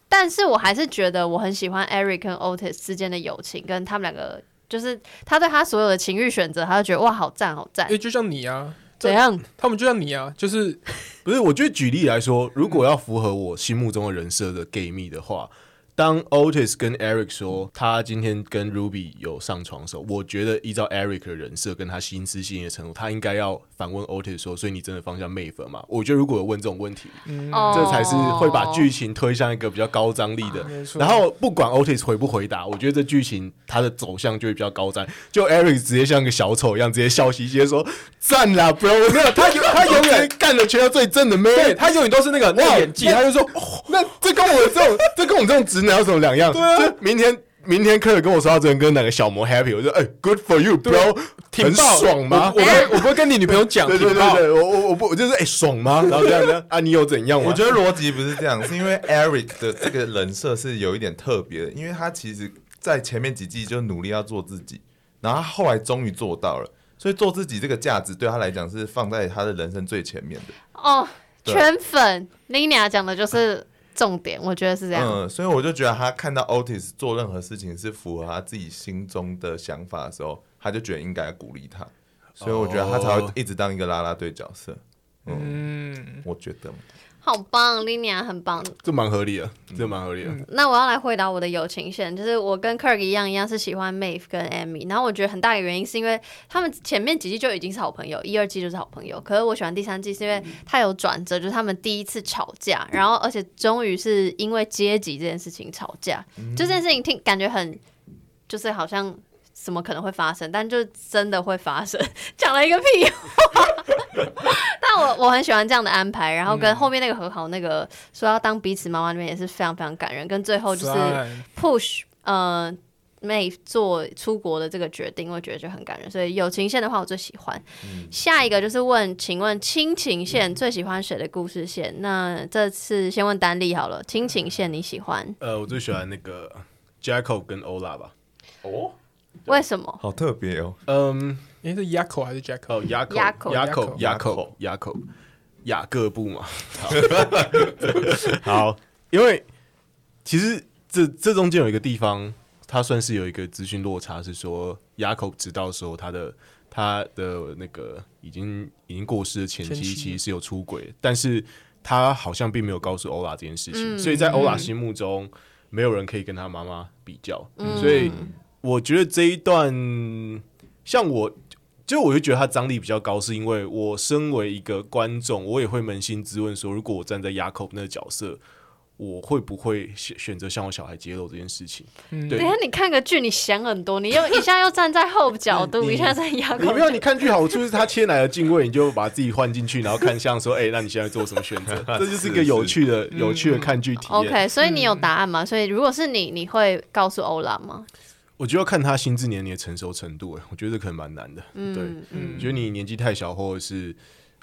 但是我还是觉得我很喜欢 Eric 跟 Otis 之间的友情，跟他们两个。就是他对他所有的情欲选择，他就觉得哇，好赞，好赞哎，，就像你啊，怎样？他们就像你啊，就是不是？我觉得举例来说，如果要符合我心目中的人设的 gay 蜜的话，当 Otis 跟 Eric 说他今天跟 Ruby 有上床的时候，我觉得依照 Eric 的人设跟他心思细腻的程度，他应该要反问 Otis 说：“所以你真的放下妹粉吗？”我觉得如果有问这种问题，嗯哦这才是会把剧情推向一个比较高张力的。哦没错然后不管 Otis 回不回答，我觉得这剧情它的走向就会比较高张。就 Eric 直接像个小丑一样，直接笑嘻嘻地说：“赞啦，bro！” 没有他永，他永远干了全校最正的妹，对他永远都是那个那哇个演技，那他就说那这跟我这种，这跟我这种直男有什么两样？对啊明天。明天客人跟我说他昨天跟哪个小模 happy，我就哎、g o o d for you 啊 bro，挺很爆爽吗我？我不会我不会跟你女朋友讲，对对挺对爆对，我我我不我就是哎、爽吗？然后这样呢？啊你有怎样吗？我觉得逻辑不是这样，是因为 Eric 的这个人设是有一点特别的，因为他其实在前面几季就努力要做自己，然后他后来终于做到了，所以做自己这个价值对他来讲是放在他的人生最前面的。哦，对圈粉 Lina 讲的就是重点，我觉得是这样。嗯，所以我就觉得他看到 Otis 做任何事情是符合他自己心中的想法的时候，他就觉得应该鼓励他，所以我觉得他才会一直当一个啦啦队角色。嗯，我觉得好棒，Lina 很棒。这蛮合理的，这蛮合理的。那我要来回答我的友情线，就是我跟 Kirk 一样，一样是喜欢 Maeve 跟 Amy。然后我觉得很大的原因是因为他们前面几季就已经是好朋友，一二季就是好朋友。可是我喜欢第三季是因为它有转折，就是他们第一次吵架，然后而且终于是因为阶级这件事情吵架。就这件事情听感觉很，就是好像什么可能会发生，但就真的会发生，讲了一个屁话。 但我我很喜欢这样的安排，然后跟后面那个和好那个说要当彼此妈妈那边也是非常非常感人，跟最后哦就是赞 push 呃 May 做出国的这个决定，我觉得就很感人。所以友情线的话，我最喜欢。嗯下一个就是问，请问亲情线最喜欢谁的故事线？那这次先问丹丽好了，亲情线你喜欢？呃，我最喜欢那个 Jacob 跟 Ola 吧。哦，为什么？好特别哦，嗯，你是 Yako 还是 Jack？哦，雅口，雅口雅口，雅雅口口，雅口，雅各布嘛。 好，好因为其实这这中间有一个地方，它算是有一个资讯落差，是说雅口直到说他的他的那个已经已经过世的前前妻妻其实是有出轨，但是他好像并没有告诉欧拉这件事情，所以在欧拉心目中，没有人可以跟他妈妈比较，所以我觉得这一段，像我。就我就觉得他张力比较高，是因为我身为一个观众，我也会扪心自问说，如果我站在 Yakob 那个角色，我会不会选选择向我小孩揭露这件事情？嗯对等一，下你看个剧，你想很多，你又一下又站在后角度， 你一下在压 你口没。有，你看剧好处是他切奶的敬畏，你就把自己换进去，然后看像说，哎、那你现在做什么选择？ 嗯这就是一个有趣的、有趣的看剧体验。 OK，所以你有答案吗？所以如果是你，你会告诉欧拉吗？我觉得要看他心智年龄的成熟程度、哎，我觉得这可能蛮难的。对，嗯觉得你年纪太小，或者是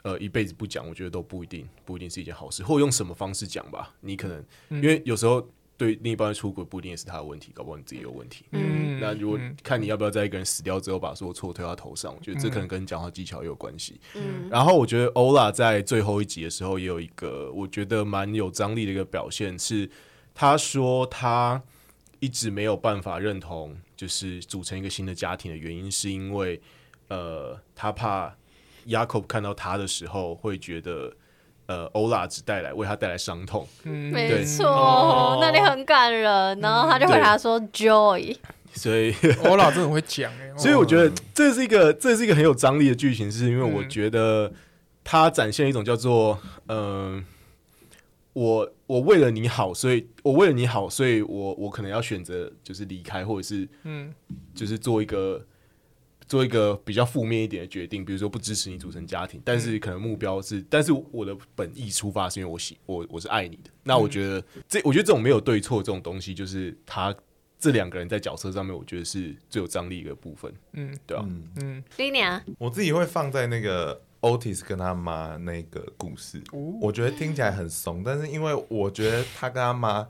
呃一辈子不讲，我觉得都不一定，不一定是一件好事。或者用什么方式讲吧，你可能、因为有时候对另一半出轨不一定也是他的问题，搞不好你自己有问题。嗯那如果看你要不要在一个人死掉之后把所有错推到头上，我觉得这可嗯能跟讲话技巧也有关系。嗯，然后我觉得欧拉在最后一集的时候也有一个我觉得蛮有张力的一个表现，是他说他一直没有办法认同，就是组成一个新的家庭的原因，是因为呃，他怕 Yakob 看到他的时候会觉得。呃，欧拉只带来为他带来伤痛，嗯没错哦，那你很感人。然后他就回答说 Joy，所以 我老真的会讲哎，所以我觉得这是一个这是一个很有张力的剧情，是因为我嗯觉得它展现一种叫做嗯、呃我我为了你好，所以我为了你好，所以我我可能要选择就是离开，或者是嗯就是做一个做一个比较负面一点的决定，比如说不支持你组成家庭，但嗯是可能目标是，但是我的本意出发是因为我喜我我是爱你的。那嗯我觉得这我觉得这种没有对错这种东西，就是他这两个人在角色上面，我觉得是最有张力的一个部分，嗯对啊。嗯，丽娘，我自己会放在那个 Otis 跟他妈那个故事，我觉得听起来很怂，但是因为我觉得他跟他妈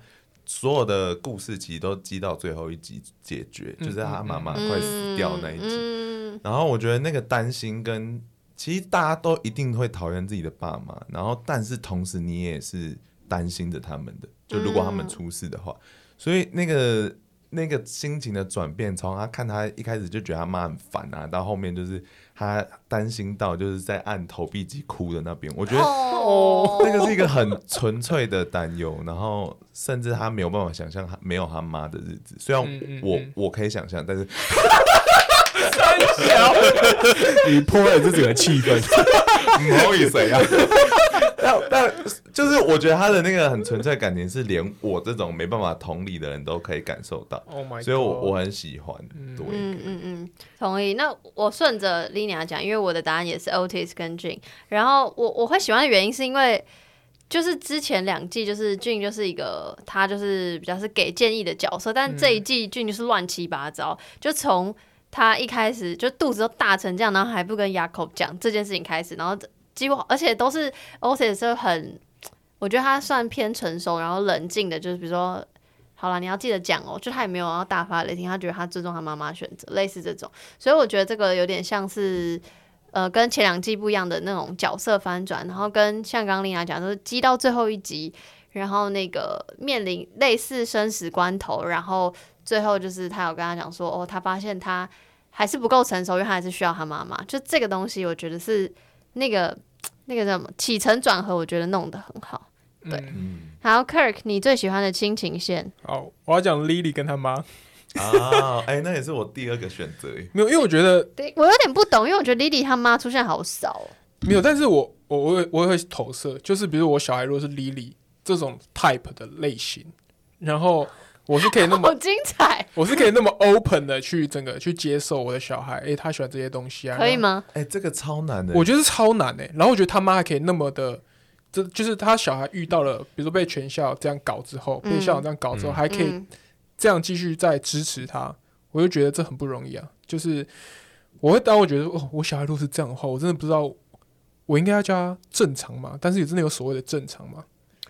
所有的故事其实都积到最后一集解决，就是他妈妈快死掉那一集。嗯，然后我觉得那个担心跟其实大家都一定会讨厌自己的爸妈，然后但是同时你也是担心着他们的，就如果他们出事的话，所以那个那个心情的转变，从他看他一开始就觉得他妈很烦啊，到后面就是他担心到就是在按投币机哭的那边，我觉得哦，那个是一个很纯粹的担忧，然后甚至他没有办法想象他没有他妈的日子。虽然我、嗯嗯嗯我可以想象，但是你破坏了这整个气氛，不好意思呀、 但但就是我觉得他的那个很纯粹的感情，是连我这种没办法同理的人都可以感受到， ，Oh my，所以我我很喜欢。对，嗯嗯嗯，同意。那我顺着 Lina 讲，因为我的答案也是 Otis 跟 Jin。然后我我会喜欢的原因是因为，就是之前两季就是 Jin 就是一个他就是比较是给建议的角色，但这一季 Jin 就是乱七八糟，就从他一开始就肚子都大成这样，然后还不跟 Yakob 讲这件事情开始，然后几乎而且都是 Otis 就很，我觉得他算偏成熟，然后冷静的，就是比如说好了，你要记得讲哦。就他也没有要大发雷霆，他觉得他尊重他妈妈的选择，类似这种。所以我觉得这个有点像是，呃，跟前两季不一样的那种角色翻转，然后跟像刚刚丽娜讲，就是积到最后一集，然后那个面临类似生死关头，然后最后就是他有跟他讲说，哦，他发现他还是不够成熟，因为他还是需要他妈妈。就这个东西，我觉得是那个那个叫什么起承转合，我觉得弄得很好。嗯对好，Kirk，你最喜欢的亲情线？好，我要讲 Lily 跟他妈， 啊，哎、那也是我第二个选择耶。没有，因为我觉得对我有点不懂，因为我觉得 Lily 她妈出现好少、哦。没有，但是我我我也我也会投射，就是比如我小孩如果是 Lily 这种 type 的类型，然后我是可以 那么好精彩， 我是可以那么 open 的去整个去接受我的小孩，诶，他喜欢这些东西啊，可以吗？哎、这个超难的。我觉得是超难诶、然后我觉得他妈还可以那么的，这就是他小孩遇到了，比如说被全校这样搞之后，嗯被校长这样搞之后，嗯还可以嗯这样继续再支持他，我就觉得这很不容易啊。就是我会当我觉得哦，我小孩如果是这样的话，我真的不知道我应该要叫他正常吗？但是也真的有所谓的正常吗？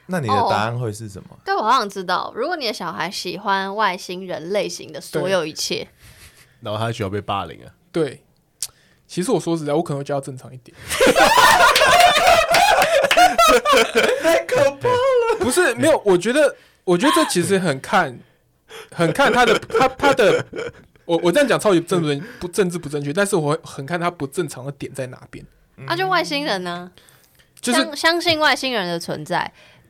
那你的哦答案会是什么？对，我好想知道，如果你的小孩喜欢外星人类型的所有一切，然后他需要被霸凌啊。对，其实我说实在，我可能会叫他正常一点。太可怕了！不是，没有，我觉得，我觉得这其实很看，很看他的，他他的，我我这样讲超级政治不政治不正确，但是我会很看他不正常的点在哪边。那、就外星人呢？就是啊相相信外星人的存在。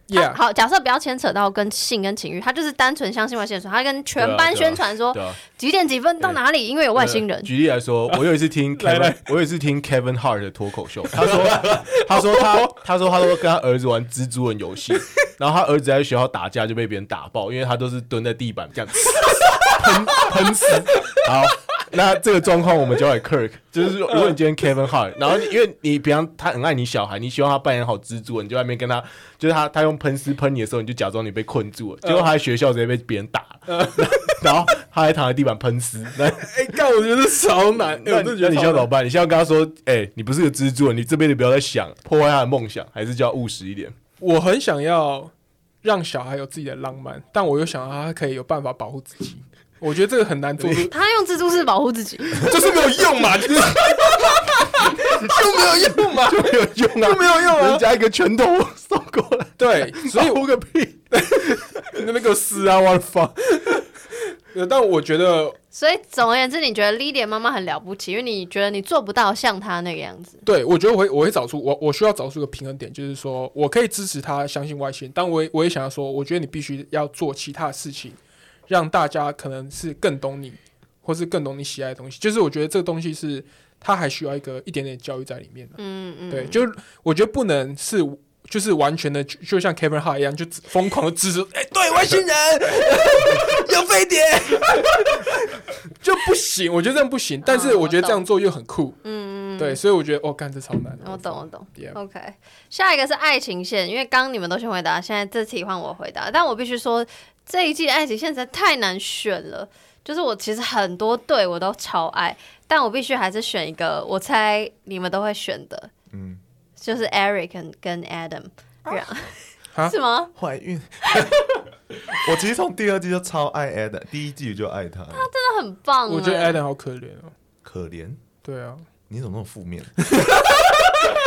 他 Yeah，好，假设不要牵扯到跟性跟情欲，他就是单纯相信外星人存在，他跟全对啊班对啊宣传说对啊，几点几分到哪里，因为有外星人。举例来说，我有一 次听来 Kevin，我有一次听 Kevin Hart 的脱口秀，他说， 他说他，他说他说跟他儿子玩蜘蛛人游 戏，然后他儿子在学校打架就被别人打爆，因为他都是蹲在地板这样子 喷喷死。好，那这个状况我们交给 Kirk，就是如果你今天 Kevin Hart，然后你因为你平常他很爱你小孩，你希望他扮演好蜘蛛人，你就在外面跟他，就是他他用喷丝喷你的时候，你就假装你被困住了，结果他在学校直接被别人打， 然后他还躺在地板喷丝，那。哎，干，我觉得超难，哎 嗯那我真的你觉那得你超现在难怎么办？你现在跟他说，哎、你不是个蜘蛛人，你这辈子不要再想破坏他的梦想，还是就要务实一点。我很想要让小孩有自己的浪漫，但我又想让他可以有办法保护自己。我觉得这个很难做出，他用蜘蛛丝保护自己，就是没有用嘛， 就是就没有用嘛，就没有用啊，就没有用啊人家一个拳头送过来，对，所以保护个 屁！你那边给我撕啊，我的发。呃但我觉得，所以总而言之，你觉得 Lily 妈妈很了不起，因为你觉得你做不到像她那个样子。对我觉得我会我会找出我我需要找出一个平衡点，就是说我可以支持他相信外星人，但我也我也想要说，我觉得你必须要做其他的事情，让大家可能是更懂你，或是更懂你喜爱的东西。就是我觉得这个东西是他还需要一个一点点教育在里面的。啊嗯嗯，对，就是我觉得不能是就是完全的，就就像 Kevin Hart 一样，就只疯狂的支持，哎、对外星人 有飞碟， 就不行，我觉得这样不行。但是嗯我觉我得懂这样做又很酷，嗯嗯，嗯对，，所以我觉得哦，干这超难。我懂我懂。 Yeah OK，下一个是爱情线，因为刚刚你们都先回答，现在这题换我回答。但我必须说，这一季的爱情线实在太难选了。就是我其实很多对我都超爱，但我必须还是选一个，我猜你们都会选的，嗯，就是 Eric 跟跟 Adam，、 啊是吗？怀孕。 我其实从第二季就超爱 Adam，第一季就爱他，那很棒、欸。我觉得 Adam 好可怜哦。可怜。对啊，你怎么那么负面？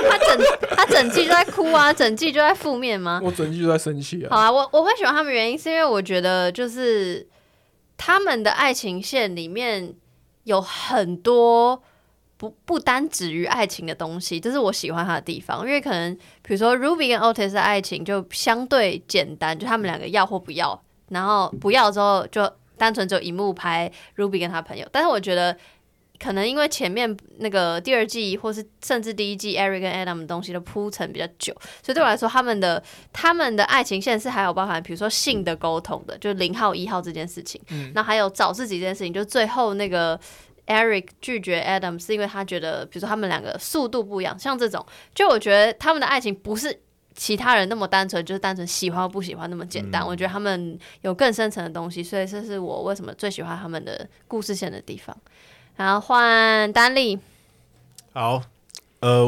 他整他整季就在哭啊，整季就在负面吗？ 我整季就在生气啊好啊。啊，我我会喜欢他们原因是因为我觉得就是他们的爱情线里面有很多不不单止于爱情的东西，这是我喜欢他的地方。因为可能比如说 Ruby 跟 Otis 的爱情就相对简单，就他们两个要或不要，然后不要之后就单纯只有一幕拍 Ruby 跟他朋友。但是我觉得。可能因为前面那个第二季，或是甚至第一季，Eric 跟 Adam 的东西都铺陈比较久，所以对我来说，他们的他们的爱情线是还有包含，比如说性的沟通的，就零号一号这件事情，嗯那还有找自己这件事情，就最后那个 Eric 拒绝 Adam 是因为他觉得，比如说他们两个速度不一样，像这种，就我觉得他们的爱情不是。其他人那么单纯，就是单纯喜欢或不喜欢那么简单。我觉得他们有更深层的东西，所以这是我为什么最喜欢他们的故事线的地方。然后换丹丽，好，呃，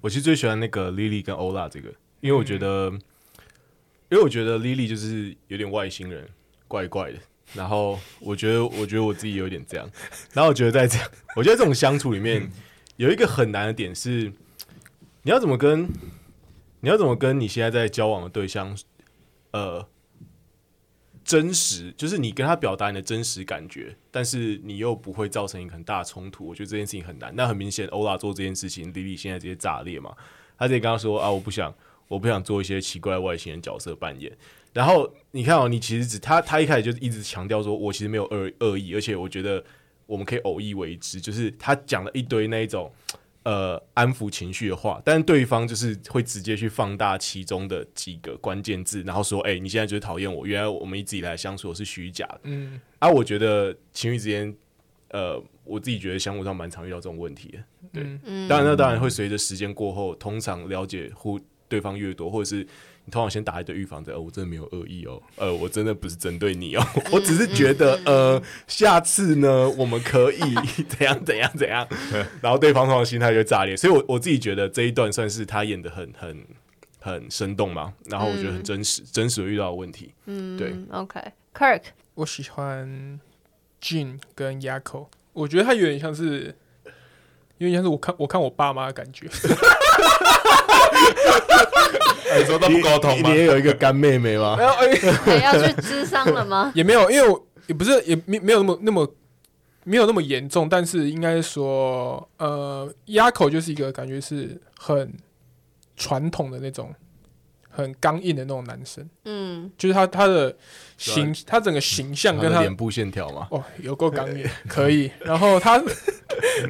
我其实最喜欢那个 Lily 跟 Ola 这个，因为我觉得，因为我觉得 Lily 就是有点外星人，怪怪的。然后我觉得，我觉得我自己有点这样。然后我觉得在这样，我觉得这种相处里面有一个很难的点是，你要怎么跟你要怎么跟你现在在交往的对象，呃，真实，就是你跟他表达你的真实感觉，但是你又不会造成一个很大的冲突。我觉得这件事情很难。那很明显，欧拉做这件事情，李李现在直接炸裂嘛，他直接跟他说啊，我不想，我不想做一些奇怪的外星人角色扮演。然后你看哦，你其实只他他一开始就一直强调说，我其实没有恶恶意，而且我觉得我们可以偶意为之，就是他讲了一堆那一种。呃，安抚情绪的话，但是对方就是会直接去放大其中的几个关键字，然后说：“哎、你现在就是讨厌我，原来我们一直以来相处的是虚假的。”嗯，啊，我觉得情侣之间，呃，我自己觉得相处上蛮常遇到这种问题的。对，嗯当然，那当然会随着时间过后，通常了解互对方越多，或者是你通常先打一堆预防针，呃，我真的没有恶意哦，呃，我真的不是针对你哦，我只是觉得，呃，下次呢，我们可以 怎样怎样怎样，然后对方通常心态就会炸裂，所以我我自己觉得这一段算是他演的很很很生动嘛，然后我觉得很真实，真实地遇到的问题，嗯，对，嗯，OK，Kirk，我喜欢 Jean 跟 Yako，我觉得他有点像是，有点像是我看我看我爸妈的感觉。 你说他不沟通吗你？也有一个干妹 妹吗？然后哎。哎要去智商了吗？也没有，因为我也不是也没没有那么那么没有那么严重，但是应该说，呃，压口就是一个感觉是很传统的那种很刚硬的那种男生，嗯，就是他他的形，他整个形象啊他跟的他脸部线条嘛， 哦，有够刚烈，可以。然后他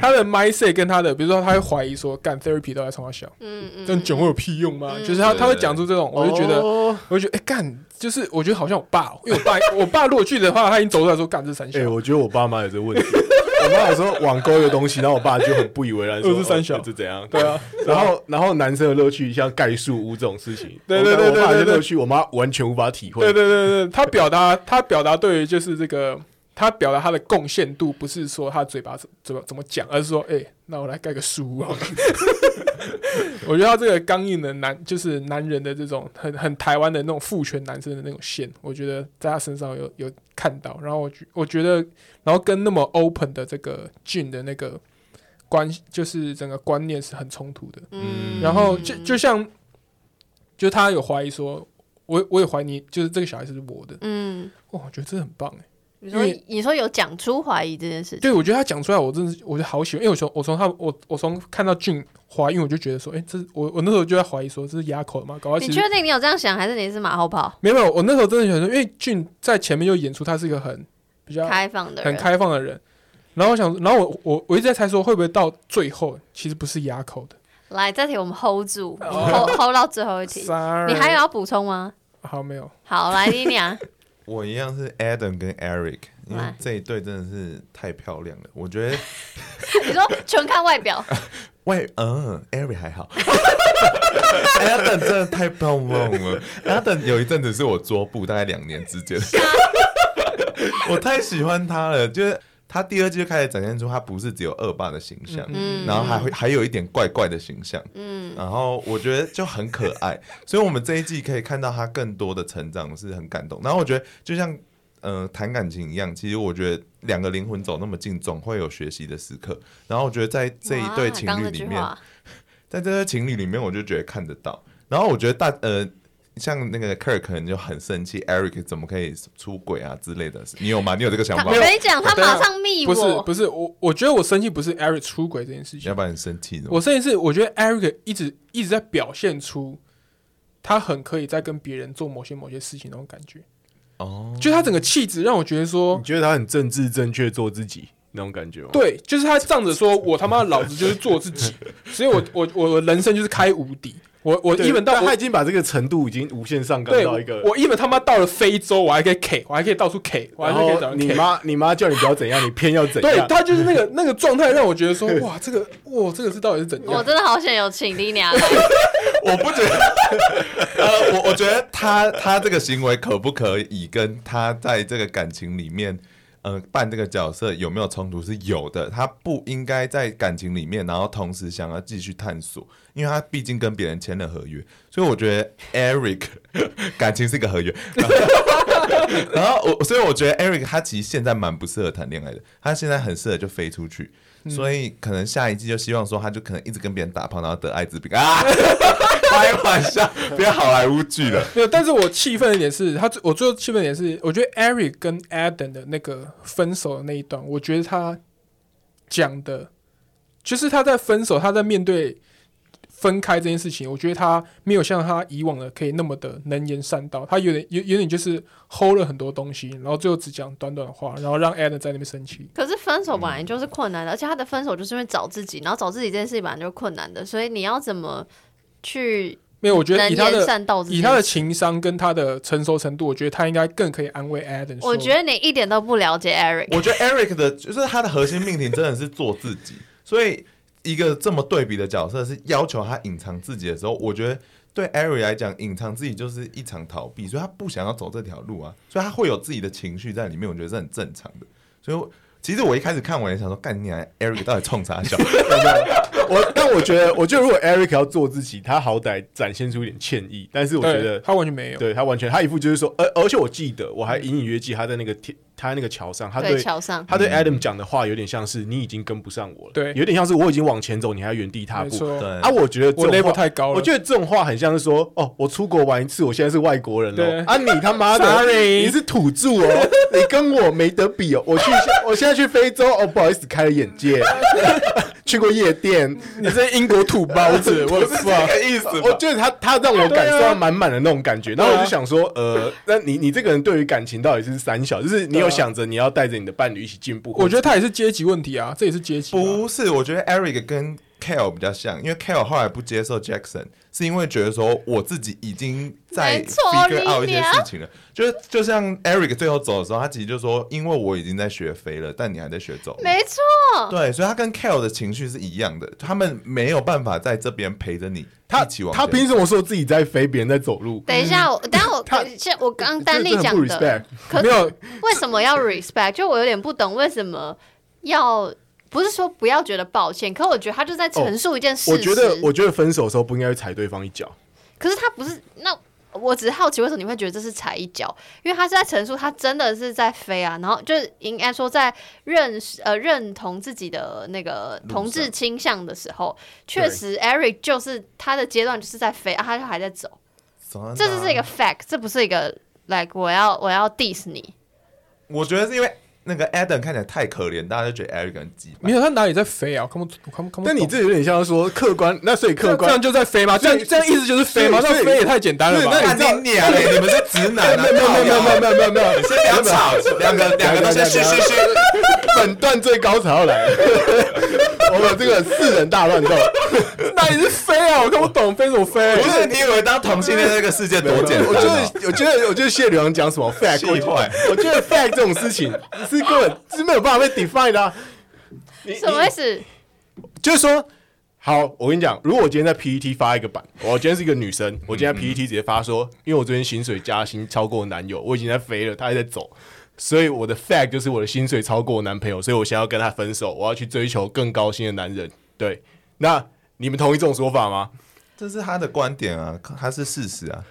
他的 mindset 跟他的，比如说他会怀疑说，干 therapy 都在冲他笑，嗯嗯，这样酒会有屁用吗？嗯就是他对他会讲出这种，我就觉得，哦我就觉得，哎、干，就是我觉得好像我爸哦，因为我爸 我爸如果去的话，他已经走出来说，干这三小哎、，我觉得我爸妈有这个问题。 我妈有时候网购一个东西，然后我爸就很不以为然说，二十三小哦是怎样？对啊，然后，然后男生的乐趣像盖树屋这种事情，对对对对我爸的对对乐趣，我妈完全无法体会。对对对对，他表达 他表达对于就是这个。他表达他的贡献度，不是说他嘴巴怎怎么怎么讲，而是说，哎、那我来盖个书啊。 我觉得他这个刚硬的男，就是男人的这种很很台湾的那种父权男生的那种线，我觉得在他身上有有看到。然后我觉我觉得，然后跟那么 open 的这个 Jin 的那个关，就是整个观念是很冲突的。嗯然后就就像，就他有怀疑说，我我也怀疑你，就是这个小孩是不是我的。嗯，哇，我觉得这很棒哎。你说因为你说有讲出怀疑这件事情，对，我觉得他讲出来，我真的是我就好喜欢，因为我从我从他我我从看到俊怀孕，我就觉得说，哎、这是我我那时候就在怀疑说这是哑口了吗？搞到其你实确定你有这样想，还是你是马后炮？没有没有，我那时候真的觉得，因为俊在前面就演出他是一个很比较开放的啊很人，开放的人，然后我想，然后我我我一直在猜说会不会到最后其实不是哑口的。来这题我们 hold 住，hold 哦 hold 到最后一 题， Sorry，你还有要补充吗？好没有？好，来你 俩，我一样是 Adam 跟 Eric，因为来这一对真的是太漂亮了。我觉得你说纯看外表，喂，嗯，Eric 还好 ，Adam 真的太棒了。Adam 有一阵子是我桌布，大概两年之间， 我太喜欢他了，就是。他第二季就开始展现出他不是只有恶霸的形象，嗯然后还会还有一点怪怪的形象，嗯然后我觉得就很可爱，所以我们这一季可以看到他更多的成长，是很感动。然后我觉得就像呃谈感情一样，其实我觉得两个灵魂走那么近，总会有学习的时刻。然后我觉得在 这一对哇情刚侣那里句面，话在这对情侣里面，我就觉得看得到。然后我觉得大呃。像那个 Kirk 可能就很生气，Eric 怎么可以出轨啊之类的，你有吗？你有这个想他法我吗？跟你讲，他等一下马上密不是我，不是，我我觉得我生气不是 Eric 出轨这件事情要，不然你生气呢？我甚至是我觉得 Eric 一直一直在表现出他很可以在跟别人做某些某些事情那种感觉，哦，就他整个气质让我觉得说你，觉得他很政治正确，做自己那种感觉吗？，对，就是他仗着说我他妈老子就是做自 己，所以我我我我人生就是开无敌，我我对一本到但我他已经把这个程度已经无限上纲对到一个。我一本他妈到了非洲，我还可以 K，我还可以到处 K，我还然是可以找后人你 K。妈，你妈叫你不要怎样，你偏要怎对样。他就是那个那个状态，让我觉得 说，哇，这个哇，这个是到底是怎我样？真的好想有请你 俩来，我不觉得，呃，我我觉得他他这个行为可不可以跟他在这个感情里面，呃，扮这个角色有没有冲突是有的。他不应该在感情里面，然后同时想要继续探索，因为他毕竟跟别人签了合约，所以我觉得 Eric 感情是一个合约。然后我，所以我觉得 Eric 他其实现在蛮不适合谈恋爱的，他现在很适合就飞出去，所以可能下一季就希望说他就可能一直跟别人打炮，然后得艾滋病啊，开玩笑，不要好莱坞剧了。没有，但是我气愤的点是，他最我最后气愤的点是，我觉得 Eric 跟 Adam 的那个分手的那一段，我觉得他讲的，就是他在分手，他在面对分开这件事情，我觉得他没有像他以往的可以那么的能言善道，他有点有有点就是 hold 了很多东西，然后最后只讲短短的话，然后让 Adam 在那边生气。可是分手本来就是困难的，而且他的分手就是因为找自己，然后找自己这件事情本来就是困难的，所以你要怎么去没有，我觉得能以他言的善道这件以事他的情商跟他的成熟程度，我觉得他应该更可以安慰 Adam 说。我觉得你一点都不了解 Eric， 我觉得 Eric 的就是他的核心命题真的是做自己，所以一个这么对比的角色是要求他隐藏自己的时候，我觉得对 Eric 来讲，隐藏自己就是一场逃避，所以他不想要走这条路啊，所以他会有自己的情绪在里面，我觉得是很正常的。所以我其实我一开始看完也想说，干你、啊、Eric 到底冲啥笑？我但我觉得，我觉得如果 Eric 要做自己，他好歹展现出一点歉意。但是我觉对得，他完全没有。呃对他完全，他一副就是说，而而且我记得，我还隐隐约记他在那个天他那个桥上，啊他对对桥上，他对 Adam 讲的话有点像是你已经跟不上我了，对有点像是我已经往前走，你还原地踏没步。错，对啊，我觉得这我种 level 话，太高了，我觉得这种话很像是说，哦，我出国玩一次，我现在是外国人对了。啊，你他妈的， Sorry 你是土著哦，你跟我没得比哦。我去，我现在去非洲，哦，不好意思，开了眼 界，去过夜店，你是英国土包子， 我的 fuck 个意思我觉得他他让我感受对到啊满满的那种感觉，然后我就想说，呃，那你你这个人对于感情到底是三小，就是你对啊有想着你要带着你的伴侣一起进步，我觉得他他也是阶级问题啊，这也是阶级吧。不是，我觉得 Eric 跟 Kale 比较像，因为 Kale 后来不接受 Jackson，是因为觉得说我自己已经在没错 figure out 一你些娘事情了。就是就像 Eric 最后走的时候，他其实就说，因为我已经在学飞了，但你还在学走。 没错，对，所以他跟 Kale 的情绪是一样的，他们没有办法在这边陪着你他一起往他前凭什么说自己在飞，别人在走路？等一下，我等一下我啊他现我刚丹这丽这很讲不的， respect，可没有，为什么要 respect？就我有点不懂为什么要，不是说不要觉得抱歉，可我觉得他就在陈述一件事实。哦我觉得我觉得分手的时候不应该踩对方一脚，可是他不是那。我只是好奇，为什么你会觉得这是踩一脚？因为他是在陈述，他真的是在飞啊，然后就是应该说在认识呃认同自己的那个同志倾向的时候，确实 Eric 就是他的阶段就是在飞啊，他就还在走，真的啊这就是一个 fact，这不是一个 like 我要我要 diss 你，我觉得是因为那个 Adam 看起来太可怜，大家就觉得 Eric 很鸡巴没。有他哪里在飞啊？我看不，我看不，看不懂。但你这有点像说客观，那所以客这这观样。就在飞吗？这所以样这样意思就是飞吗？所那以所以飞也太简单了所以吧哎那？你知道干娘嘞！你们是直男 啊！没有没有没有没有没有没有，先不要吵，两个 两个都先嘘嘘嘘。本段最高潮要来了，我们这个四人大乱斗，那你是飞啊？我看不懂，飞什么飞？不是你以为当同性恋这个世界多简单、我啊？觉得我觉得我觉得谢刘洋讲什么 fact，我气坏我觉得 fact 这种事情是根本是没有办法被 define 的、啊。你什么意思？就是说，好，我跟你讲，如果我今天在 PET 发一个版，我今天是一个女生，我今天在 PET 直接发说，因为我昨天薪水加薪超过我男友，我已经在飞了，他还在走，所以我的 fact 就是我的薪水超过我男朋友，所以我想要跟他分手，我要去追求更高薪的男人。对，那你们同意这种说法吗？这是他的观点啊，他是事实啊。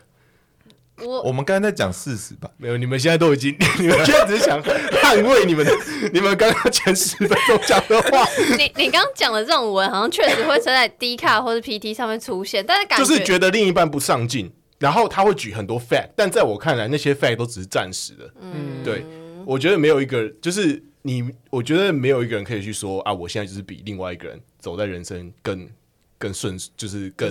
我我们刚才在讲事实吧？没有，你们现在都已经， 你们现在只是想捍卫你们的，你们刚刚前十分钟讲的话，你你刚刚讲的这种文，好像确实会在 D 卡或是 PT 上面出现，但是感就是觉觉得另一半不上进，然后他会举很多 fact，但在我看来，那些 fact 都只是暂时的。嗯，对，我觉得没有一个人，就是你，我觉得没有一个人可以去说啊，我现在就是比另外一个人走在人生更更顺，就是更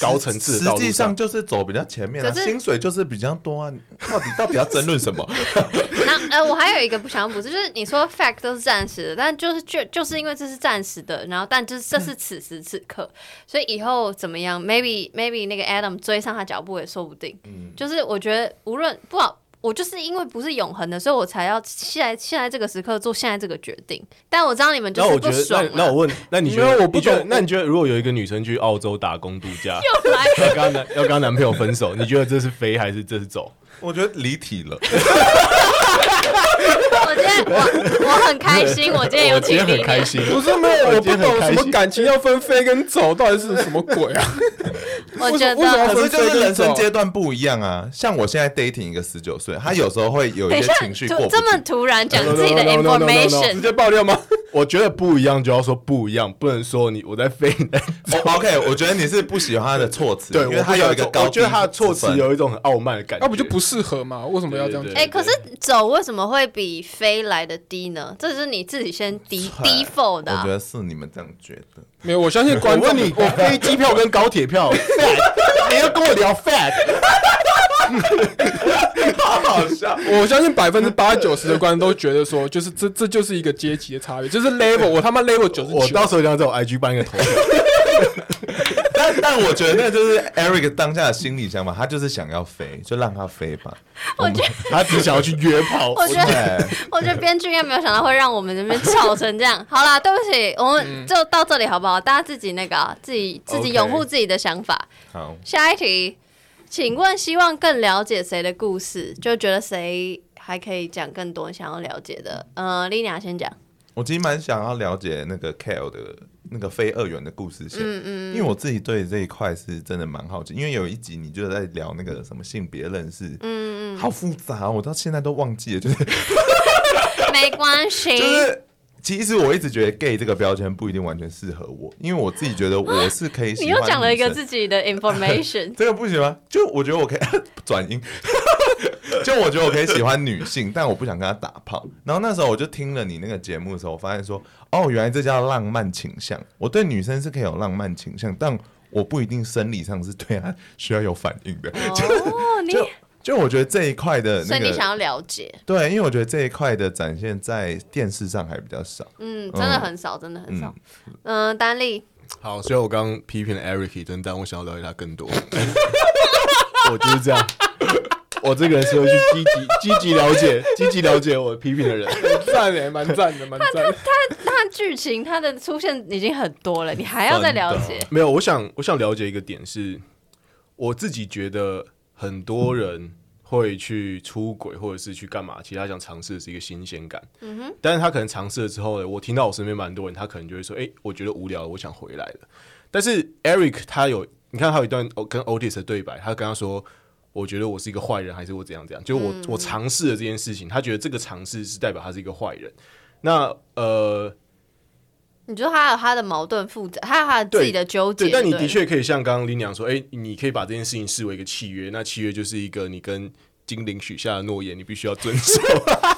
高层次的实道际路上。就是走比较前面、啊，可是薪水就是比较多啊。到底到底要争论什么？那呃，我还有一个不想要补充，就是你说 fact 都是暂时的，但就是就就是因为这是暂时的，然后但就是这是此时此刻，所以以后怎么样，maybe maybe 那个 Adam 追上他脚步也说不定。就是我觉得无论不好。我就是因为不是永恒的，所以我才要现在现在这个时刻做现在这个决定。但我知道你们就那我是觉不得，爽、那啊那我问，那你觉没得有我不你觉得懂那你觉得如果有一个女生去澳洲打工度 假，又来要跟她男要跟她男朋友分手，你觉得这是飞还是这是走？ 我觉得离体 了。我今天我我很开心，我今天有我今请天你很。开心，不是没有，我我不今天很懂什开么心感情要分飞跟走，到底是什么鬼 啊？我觉为什得么为什么可是就是人生阶段不一样啊。像我现在 dating 一个十九岁，他有时候会有等一一些下情绪过突不去这么突然讲自己的 No, no, no, no, no, no, no, no. 直 information，接爆料吗？我觉得不一样就要说不一样，不能说你我在飞。你在哦 OK，我觉得你是不喜欢他的措辞，对，因我为他不有一个喜欢高，我觉得他的措辞，有一种很傲慢的感觉。那不就不适合嘛？为什么要这样对讲对？哎、可是走为什么会比飞来的低呢？这是你自己先 低低 f 的、我啊觉。得是你们这样觉得。没有，我相信我观众问你，我飞机票跟高铁 票 fat，你要跟我聊 fat，好笑。我相信百分之八九十的观众都觉得说，就是这这就是一个阶级的差别，就是 level，我他妈 level 九十我九到，时候一定要在我 IG 办一个投票。但但我觉得那就是 Eric 当下的心理想法，他就是想要飞，就让他飞吧。 我觉得，他只想要去约炮。我觉得，对，我觉得编剧应该没有想到会让我们这边吵成这样。好啦，对不起，我 嗯们就到这里好不好？大家自己那个、啊，自己自己 OK 拥护自己的想法。好，下一题，请问希望更了解谁的故事？就觉得谁还可以讲更多想要了解的？呃，丽娜 先讲。我其实蛮想要了解那个 Kale 的那个非二元的故嗯事线，因为我自己对这一块是真的蛮好奇，因为有一集你就在聊那个什么性别认识，嗯嗯，好复杂哦、我到现在都忘记了，就是没关系，就是其实我一直觉得 gay 这个标签不一定完全适合我，因为我自己觉得我是可以喜你欢。又讲了一个自，己 的 information，这个不行吗？就我觉得我可以 转音，就我觉得我可以喜欢女性，但我不想跟她打炮。然后那时候我就听了你那个节目的时候，我发现说，哦，原来这叫浪漫倾向。我对女生是可以有浪漫倾向，但我不一定生理上是对她需要有反应的。哦，你就就我觉得这一块的、那个，所以你想要了解，对，因为我觉得这一块的展现在电视上还比较少。嗯，真的很少，真的很少。嗯，丹丽，好，虽然我刚刚批评了 Eric，但但我想要了解他更多。 我就是这样，我这个人是会去积极、积极了解、积极了解我批评的人。赞诶，蛮赞 的，蛮赞的。那剧情它的出现已经很 多了，你还要再了解？没有，我想我想了解一个点是，我自己觉得很多人会去出轨或者是去干嘛，其实他想尝试的是一个新鲜感。嗯哼，但是他可能尝试了之后呢，我听到我身边蛮多人，他可能就会说：“哎、我觉得无聊了，我想回来了。”但是 Eric 他有，你看他有一段哦跟 Otis 的对白，他跟他说。我觉得我是一个坏人，还是我怎样怎样？就我、我尝试了这件事情，他觉得这个尝试是代表他是一个坏人。那呃，你说他有他的矛盾复杂，他有他自己的纠结。对，但你对的确可以像刚刚林娘说，哎、你可以把这件事情视为一个契约，那契约就是一个你跟精灵许下的诺言，你必须要遵守，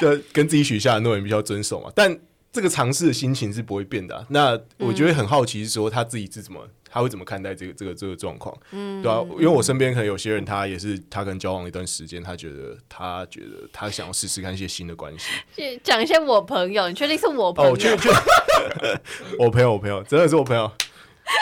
对，跟自己许下的诺言必须要遵守嘛。但这个尝试的心情是不会变的啊、那我觉得很好奇，是说他自己是怎么，他会怎么看待这个这个这个状况？嗯，对啊，因为我身边可能有些人，他也是他跟交往了一段时间，他觉得他觉得他想要试试看一些新的关系，去讲一些我朋友，你确定是我朋哦，友？我去去， 我朋友，我朋友，真的是我朋友，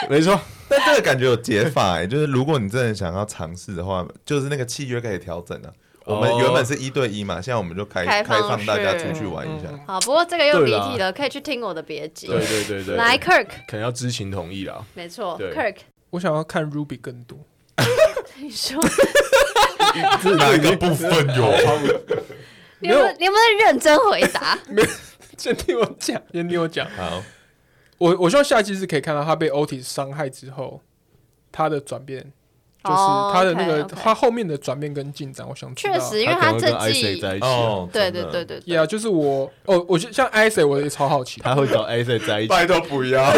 没错。但这个感觉有解法、欸，就是如果你真的想要尝试的话，就是那个契约可以调整啊。我们哦原本是一对一嘛，现在我们就开开开放式放大家出去玩一下。好，不过这个又对离啦题了，可以去听我的别集。对对对对，来，Kirk，可能要知情同意啦。没错对，Kirk， 我想要看 Ruby 更多，你说，嗯是哪一个部分有？你有没有没有你有没有认真回 答？先听我讲，先听我讲。好，我我希望下季是可以看到他被 Otis 伤害之后，他的转变，就是哦他的那个 OK，OK 他后面的转变跟进展，我想知道确实，因为他可能这跟 i C 季，在一起啊，哦，对真对的对，对对， ，Yeah，就是我哦，我就像 Isaac，我也超好奇，他会找 i C 在一起，拜托不要，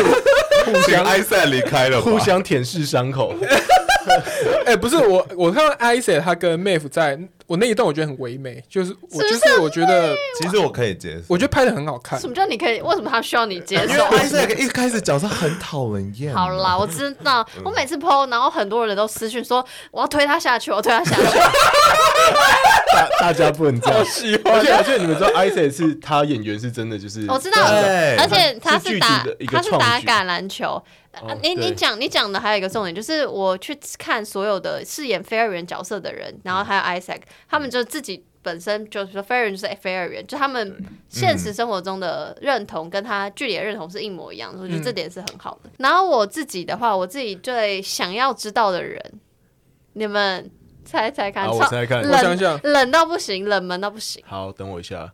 互相埃塞离开了吧，互相舔舐伤口。哎，不是我，我看到 Isaac 他跟 Mave 在我那一段，我觉得很唯美，就是我就是我觉得其实我可以接受我。觉得拍的很好看什，么叫你可以？为什么他需要你接因为受？埃塞一开始角色很讨人厌。啊好啦，，我知道，我每次 PO，然后很多人都私讯说我要推他下去，我要推他下去。大大家不能这样。哦喜欢而且而且你们知道 i C 是他演员是真的就是我知道对，而且他是是剧打集的一个他是创打举橄榄球。啊哦你你对讲你讲的还有一个重点，就是我去看所有的饰演飞儿员角色的人，然嗯后还有 Isaac，他们就自己本身就是说飞儿员就是飞儿员，就他们嗯现实生活中的认同跟他剧里的认同是一模一样的，我觉得这嗯点是很好的。然后我自己的话，我自己最想要知道的人，你们猜猜看，好我超猜猜看我想冷想，冷到不行，冷门到不行，好，等我一下。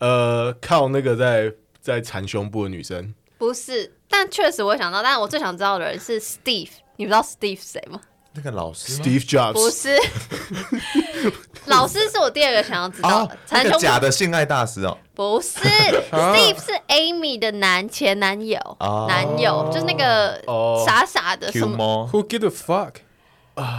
呃，靠那个在在缠胸部的女嗯生，不是，但确实我也想到，但我最想知道的人是 Steve，你们知道 Steve 谁吗？那个老师吗 Steve 不 Jobs，是，老师是我第二个想要知道哦的。，啊那 残个兄假的性爱大师哦，不 是，Steve 是 Amy 的男前男友，哦男友就是那个哦傻傻的什 Q 么。猫， Who give a fuck？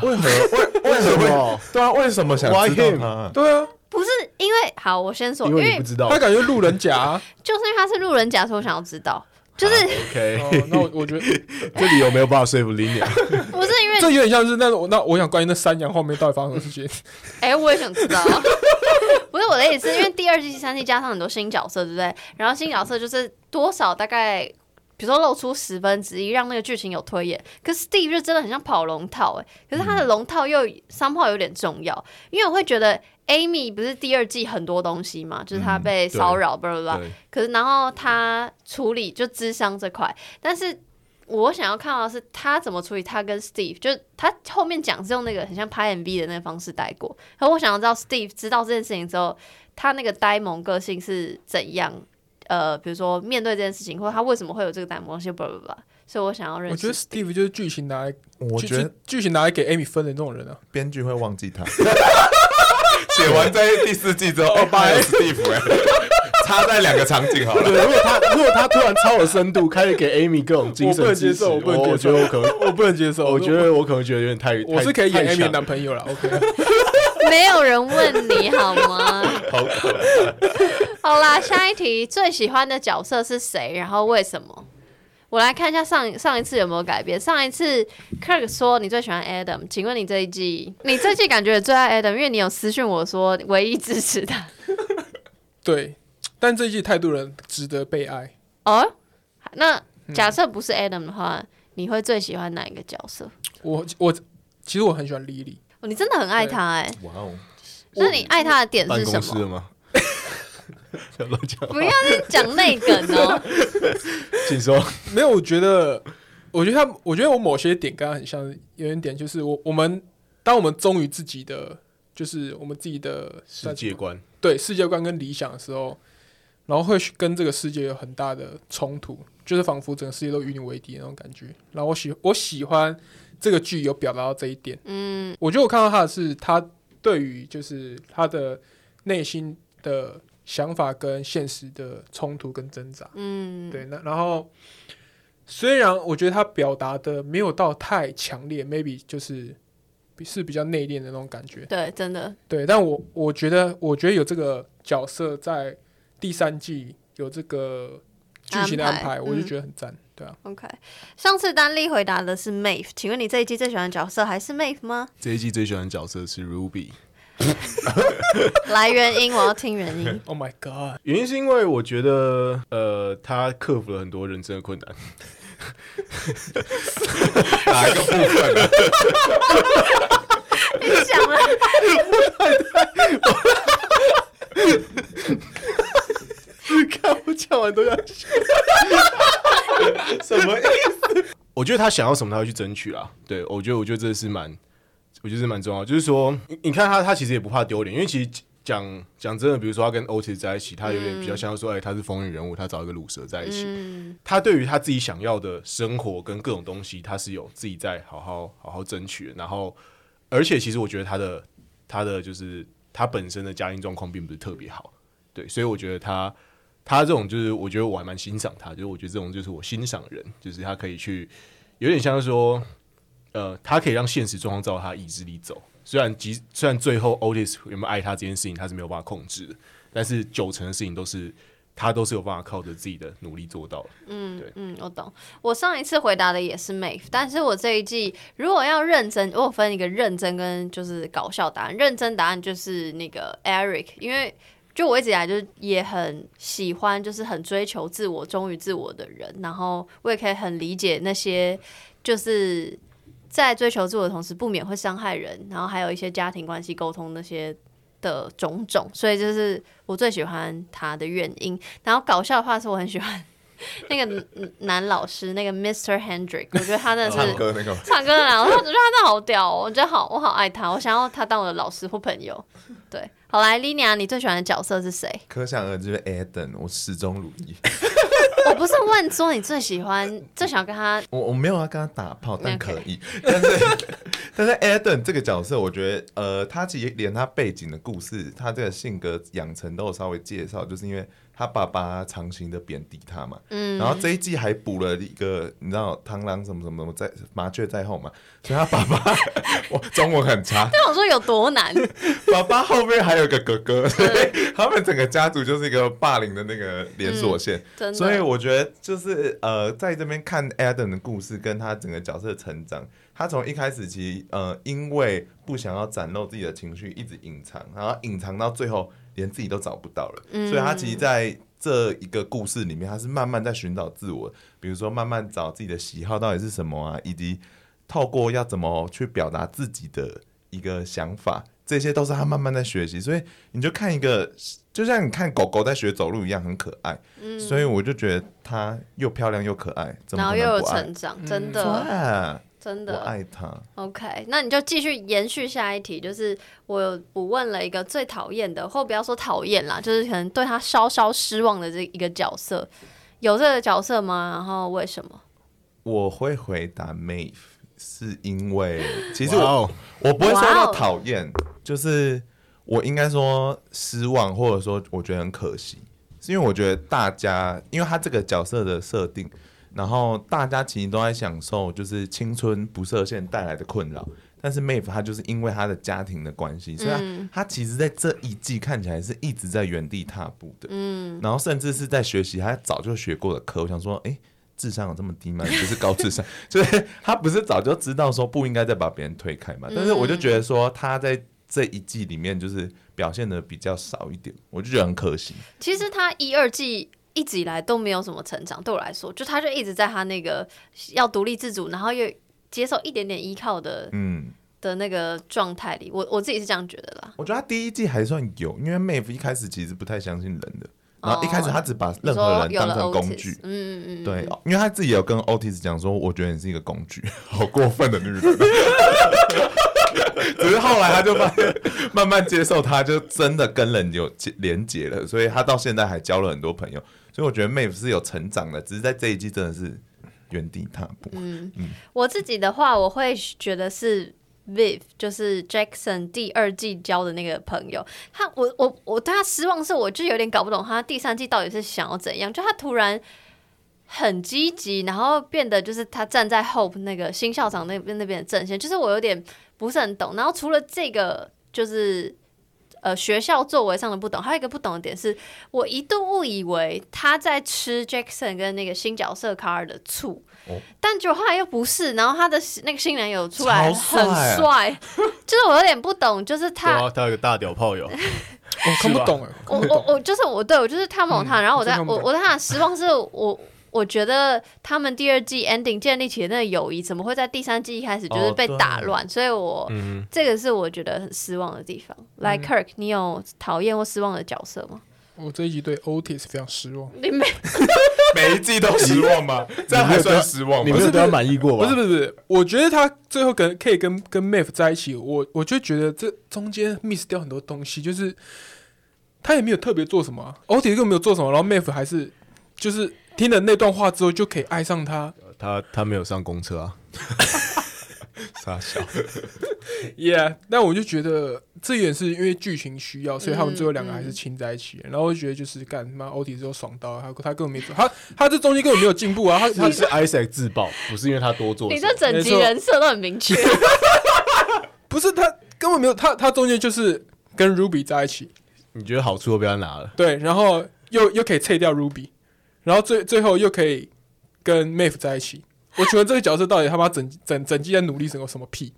为何为为为何什会？么？对啊，为什么想 Why 知道 him？他啊？对啊，不是因为好，我先说，因因为你为不知道他。感觉路人甲 啊。就是因为他是路人甲，所以我想要知道，就是好 OK，哦那我我觉得 这里有没有办法说服 Lina？不是因为这有点像是那种，那我想关于那山羊后面到底发生什么事情。哎、我也想知道。 不是我的意思，因为第二季、第三季加上很多新角色，对不对？然后新角色就是多少大概，比如说露出十分之一，让那个剧情有推演。可是 Steve 就真的很像跑龙套、哎，可是他的龙套又 somehow 有点重要，因为我会觉得 Amy 不是第二季很多东西嘛，就是她被对骚扰，巴拉巴拉。对，可是然后他处理就智商这块，但是我想要看到的是他怎么处理他跟 Steve，就是他后面讲是用那个很像拍 MV 的那个方式带过，然后我想要知道 Steve 知道这件事情之后，他那个呆萌个性是怎样，呃，比如说面对这件事情，或者他为什么会有这个呆萌性，不不 不，所以我想要认我觉识得。Steve 就是剧情拿来，我剧觉得剧剧情拿来给 Amy 分的那种人啊。编剧会忘记他。写完在第四季 之后，哦，爸还有史蒂夫哎，插在两个场景好 了。对，如果他如果他突然超有深度，开始给 Amy 各种精我不能神接支持，受，我我不能接受，我觉得我可 能，我不能接受，我觉得我可能觉得有点太，我是太可以演太 Amy 的强 男朋友了，OK。没有人问你好吗？好 可爱好啦，下一题，最喜欢的角色是谁？然后为什么？我来看一下上上一次有没有改变。上一次 Kirk 说你最喜欢 Adam，请问你这一季，你这季感觉也最爱 Adam，因为你有私讯我说唯一支持他。对，但这一季太多人值得被爱。哦，那假设不是 Adam 的话，你会最喜欢哪一个角色？我我其实我很喜欢 Lily，哦你真的很爱他哎、哇哦，那你爱他的点办是公什室的么？吗？ 不要乱讲话，不要再讲内梗哦。请 说。没有，我觉得，我觉得他，我觉得我某些点跟他很像，有一点就是我我们当我们忠于自己的，就是我们自己的世界观，对世界观跟理想的时候，然后会去跟这个世界有很大的冲突，就是仿佛整个世界都与你为敌那种感觉。然后我喜我喜欢这个剧有表达到这一点。嗯，我觉得我看到他的是他对于就是他的内心的想法跟现实的冲突跟挣扎。嗯，对，那然后虽然我觉得他表达的没有到太强烈，maybe 就是是比较内敛的那种感觉，对，真的，对，但我我觉得我觉得有这个角色在第三季有这个剧情的安安排，排我就嗯觉得很赞，对啊， OK，上次丹莉回答的是 Mave，请问你这一季最喜欢的角色还是 Mave 吗？这一季最喜欢的角色是 Ruby，来原因，我要听原因。 Oh my god！原因是因为我觉得，呃，他克服了很多人生的困难。哪一个部分呢？ 你想啊了，看我讲完都要笑，什么意思？我觉得他想要什么，他会去争取啦。对，我觉得，我觉得这是蛮，我觉得是蛮重要的。就是说，你你看他，他其实也不怕丢脸，因为其实讲讲真的，比如说他跟 Otis 在一起，他有点比较像说，哎、他是风云人物，他找一个卤蛇在一起。他对于他自己想要的生活跟各种东西，他是有自己在好好好好争取的。然后，而且其实我觉得他的他的就是他本身的家庭状况并不是特别好，对，所以我觉得他他这种就是我觉得我还蛮欣赏他，就是我觉得这种就是我欣赏的人，就是他可以去有点像是说，呃，他可以让现实状况照他意志力走。虽然即虽然最后 Otis 有没有爱他这件事情他是没有办法控制的，但是九成的事情都是他都是有办法靠着自己的努力做到的。嗯，我懂。我上一次回答的也是 Mave，但是我这一季如果要认真，我有分一个认真跟就是搞笑答案。认真答案就是那个 Eric，因为就我一直以来就是也很喜欢，就是很追求自我、忠于自我的人，然后我也可以很理解那些就是在追求自我的同时，不免会伤害人，然后还有一些家庭关系、沟通那些的种种，所以就是我最喜欢他的原因。然后搞笑的话是我很喜欢那个男老师，那个 Mr. Hendrick，我觉得他真的唱是。歌那个唱歌的男，我觉得他真的好屌哦，我觉得好，我好爱他，我想要他当我的老师或朋友。 对，好来，Lina，你最喜欢的角色是谁？可想而知，Eden，我始终如一。 我不是问说你最喜欢、最想跟他我我没有要跟他打炮，但 OK 可以。 但是但是 Eden 这个角色，我觉得呃，他其实连他背景的故事，他这个性格养成都有稍微介绍，就是因为他爸爸常行的贬低他嘛。嗯。然后这一季还补了一个，你知道螳螂什么什么什么在麻雀在后嘛，所以他爸爸 我中文很差，那我说有多难？ 爸爸后面还有一个哥哥，所以他们整个家族就是一个霸凌的那个连锁线。真的。所以我觉得就是呃，在这边看 Adam 的故事跟他整个角色成长，他从一开始其实呃，因为不想要展露自己的情绪，一直隐藏，然后隐藏到最后连自己都找不到了，嗯所以他其实在。这一个故事里面，他是慢慢在寻找自我，比如说慢慢找自己的喜好到底是什么啊，以及透过要怎么去表达自己的一个想法，这些都是他慢慢在学习。所以你就看一个，就像你看狗狗在学走路一样，很可爱。嗯所以我就觉得她又漂亮又可爱，怎然么后可又能有不爱成？长，真的，哇，真我的。爱她。 OK，那你就继续延续下一题，就是我有我问了一个最讨厌的，或不要说讨厌啦，就是可能对他稍稍失望的这一个角色，有这个角色吗？然后为什么？我会回答 Mave，是因为其其实我、哦、我不会说哇到哦讨厌，就是我应该说失望，或者说我觉得很可惜，是因为我觉得大家，因为他这个角色的设定，然后大家其实都在享受就是青春不设限带来的困扰，但是 Maeve 她就是因为她的家庭的关系，所以她,、她其实在这一季看起来是一直在原地踏步的，嗯，然后甚至是在学习她早就学过的课，我想说，诶，智商有这么低吗？你不是高智商， 就是她不是早就知道说不应该再把别人推开嘛？但是我就觉得说她在这一季里面就是表现的比较少一点，我就觉得很可惜。其实他一二季一直以来都没有什么成长，对我来说，就他就一直在他那个要独立自主，然后又接受一点点依靠的嗯，的那个状态里，我我自己是这样觉得啦。我觉得她第一季还算有，因为 Maeve 一开始其实不太相信人的，然后一开始哦她只把你任何说人有当了成 o 工具，嗯嗯嗯，对，因为他自己有跟 Otis 讲说，我觉得你是一个工具，好过分的女人。啊 只是后来他就发现，慢慢接受他，就真的跟人有接连结了，所以他到现在还交了很多朋友。所以我觉得 Mave 是有成长的，只是在这一季真的是原地踏步。嗯我自己的话，我会觉得是 Viv，就是 Jackson 第二季交的那个朋友。他，我我我对他失望是，我就有点搞不懂他第三季到底是想要怎样。就他突然很积极，然后变得就是他站在 Hope 那个新校长那边那边的阵线，就是我有点不是很懂。然后除了这个，就是。呃，学校作为上的不懂，还有一个不懂的点是，我一度误以为他在吃 Jackson 跟那个新角色卡尔的醋，哦但结果后来又不是，然后他的那个新男友出来超帅啊很帅， 就是我有点不懂，就是对他，啊，他有个大屌炮友，我看不懂哎，我我我就是我对我就是看不懂他，嗯然后我真在看不我懂我对他的失望是我。我觉得他们第二季 ending 建立起的那个友谊，怎么会在第三季一开始就是哦被对打乱？所以我、嗯，这个是我觉得很失望的地方。来、嗯 k i r k 你有讨厌或失望的角色吗？我这一集对 Otis 非常失望。 你没每一季都失望吗？这样还算失望你吗没？有不对是他满意过吧？不是不是不是，我觉得他最后跟可以跟跟 m a v 在一起，我我就觉得这中间 miss 掉很多东西，就是他也没有特别做什么、啊、，Otis 又没有做什么，然后 m a v 还是就是听了那段话之后就可以爱上他他他没有上公车啊，傻笑， ，Yeah，那我就觉得这也是因为剧情需要，所以他们最后两个还是亲在一起，然后我就觉得就是干他妈 Otis 又爽到他他根本没做，他他这中间根本没有进步啊，他他他是 Isaac 自爆，不是因为他多做什么。你这整集没错人设都很明 确，不是他根本没有他他中间就是跟 Ruby 在一起，你觉得好处都被他拿了，对，然后又又可以撤掉 Ruby，然后最最后又可以跟 Mave 在一起。我请问这个角色到底他妈整整整季在努力成个什么屁？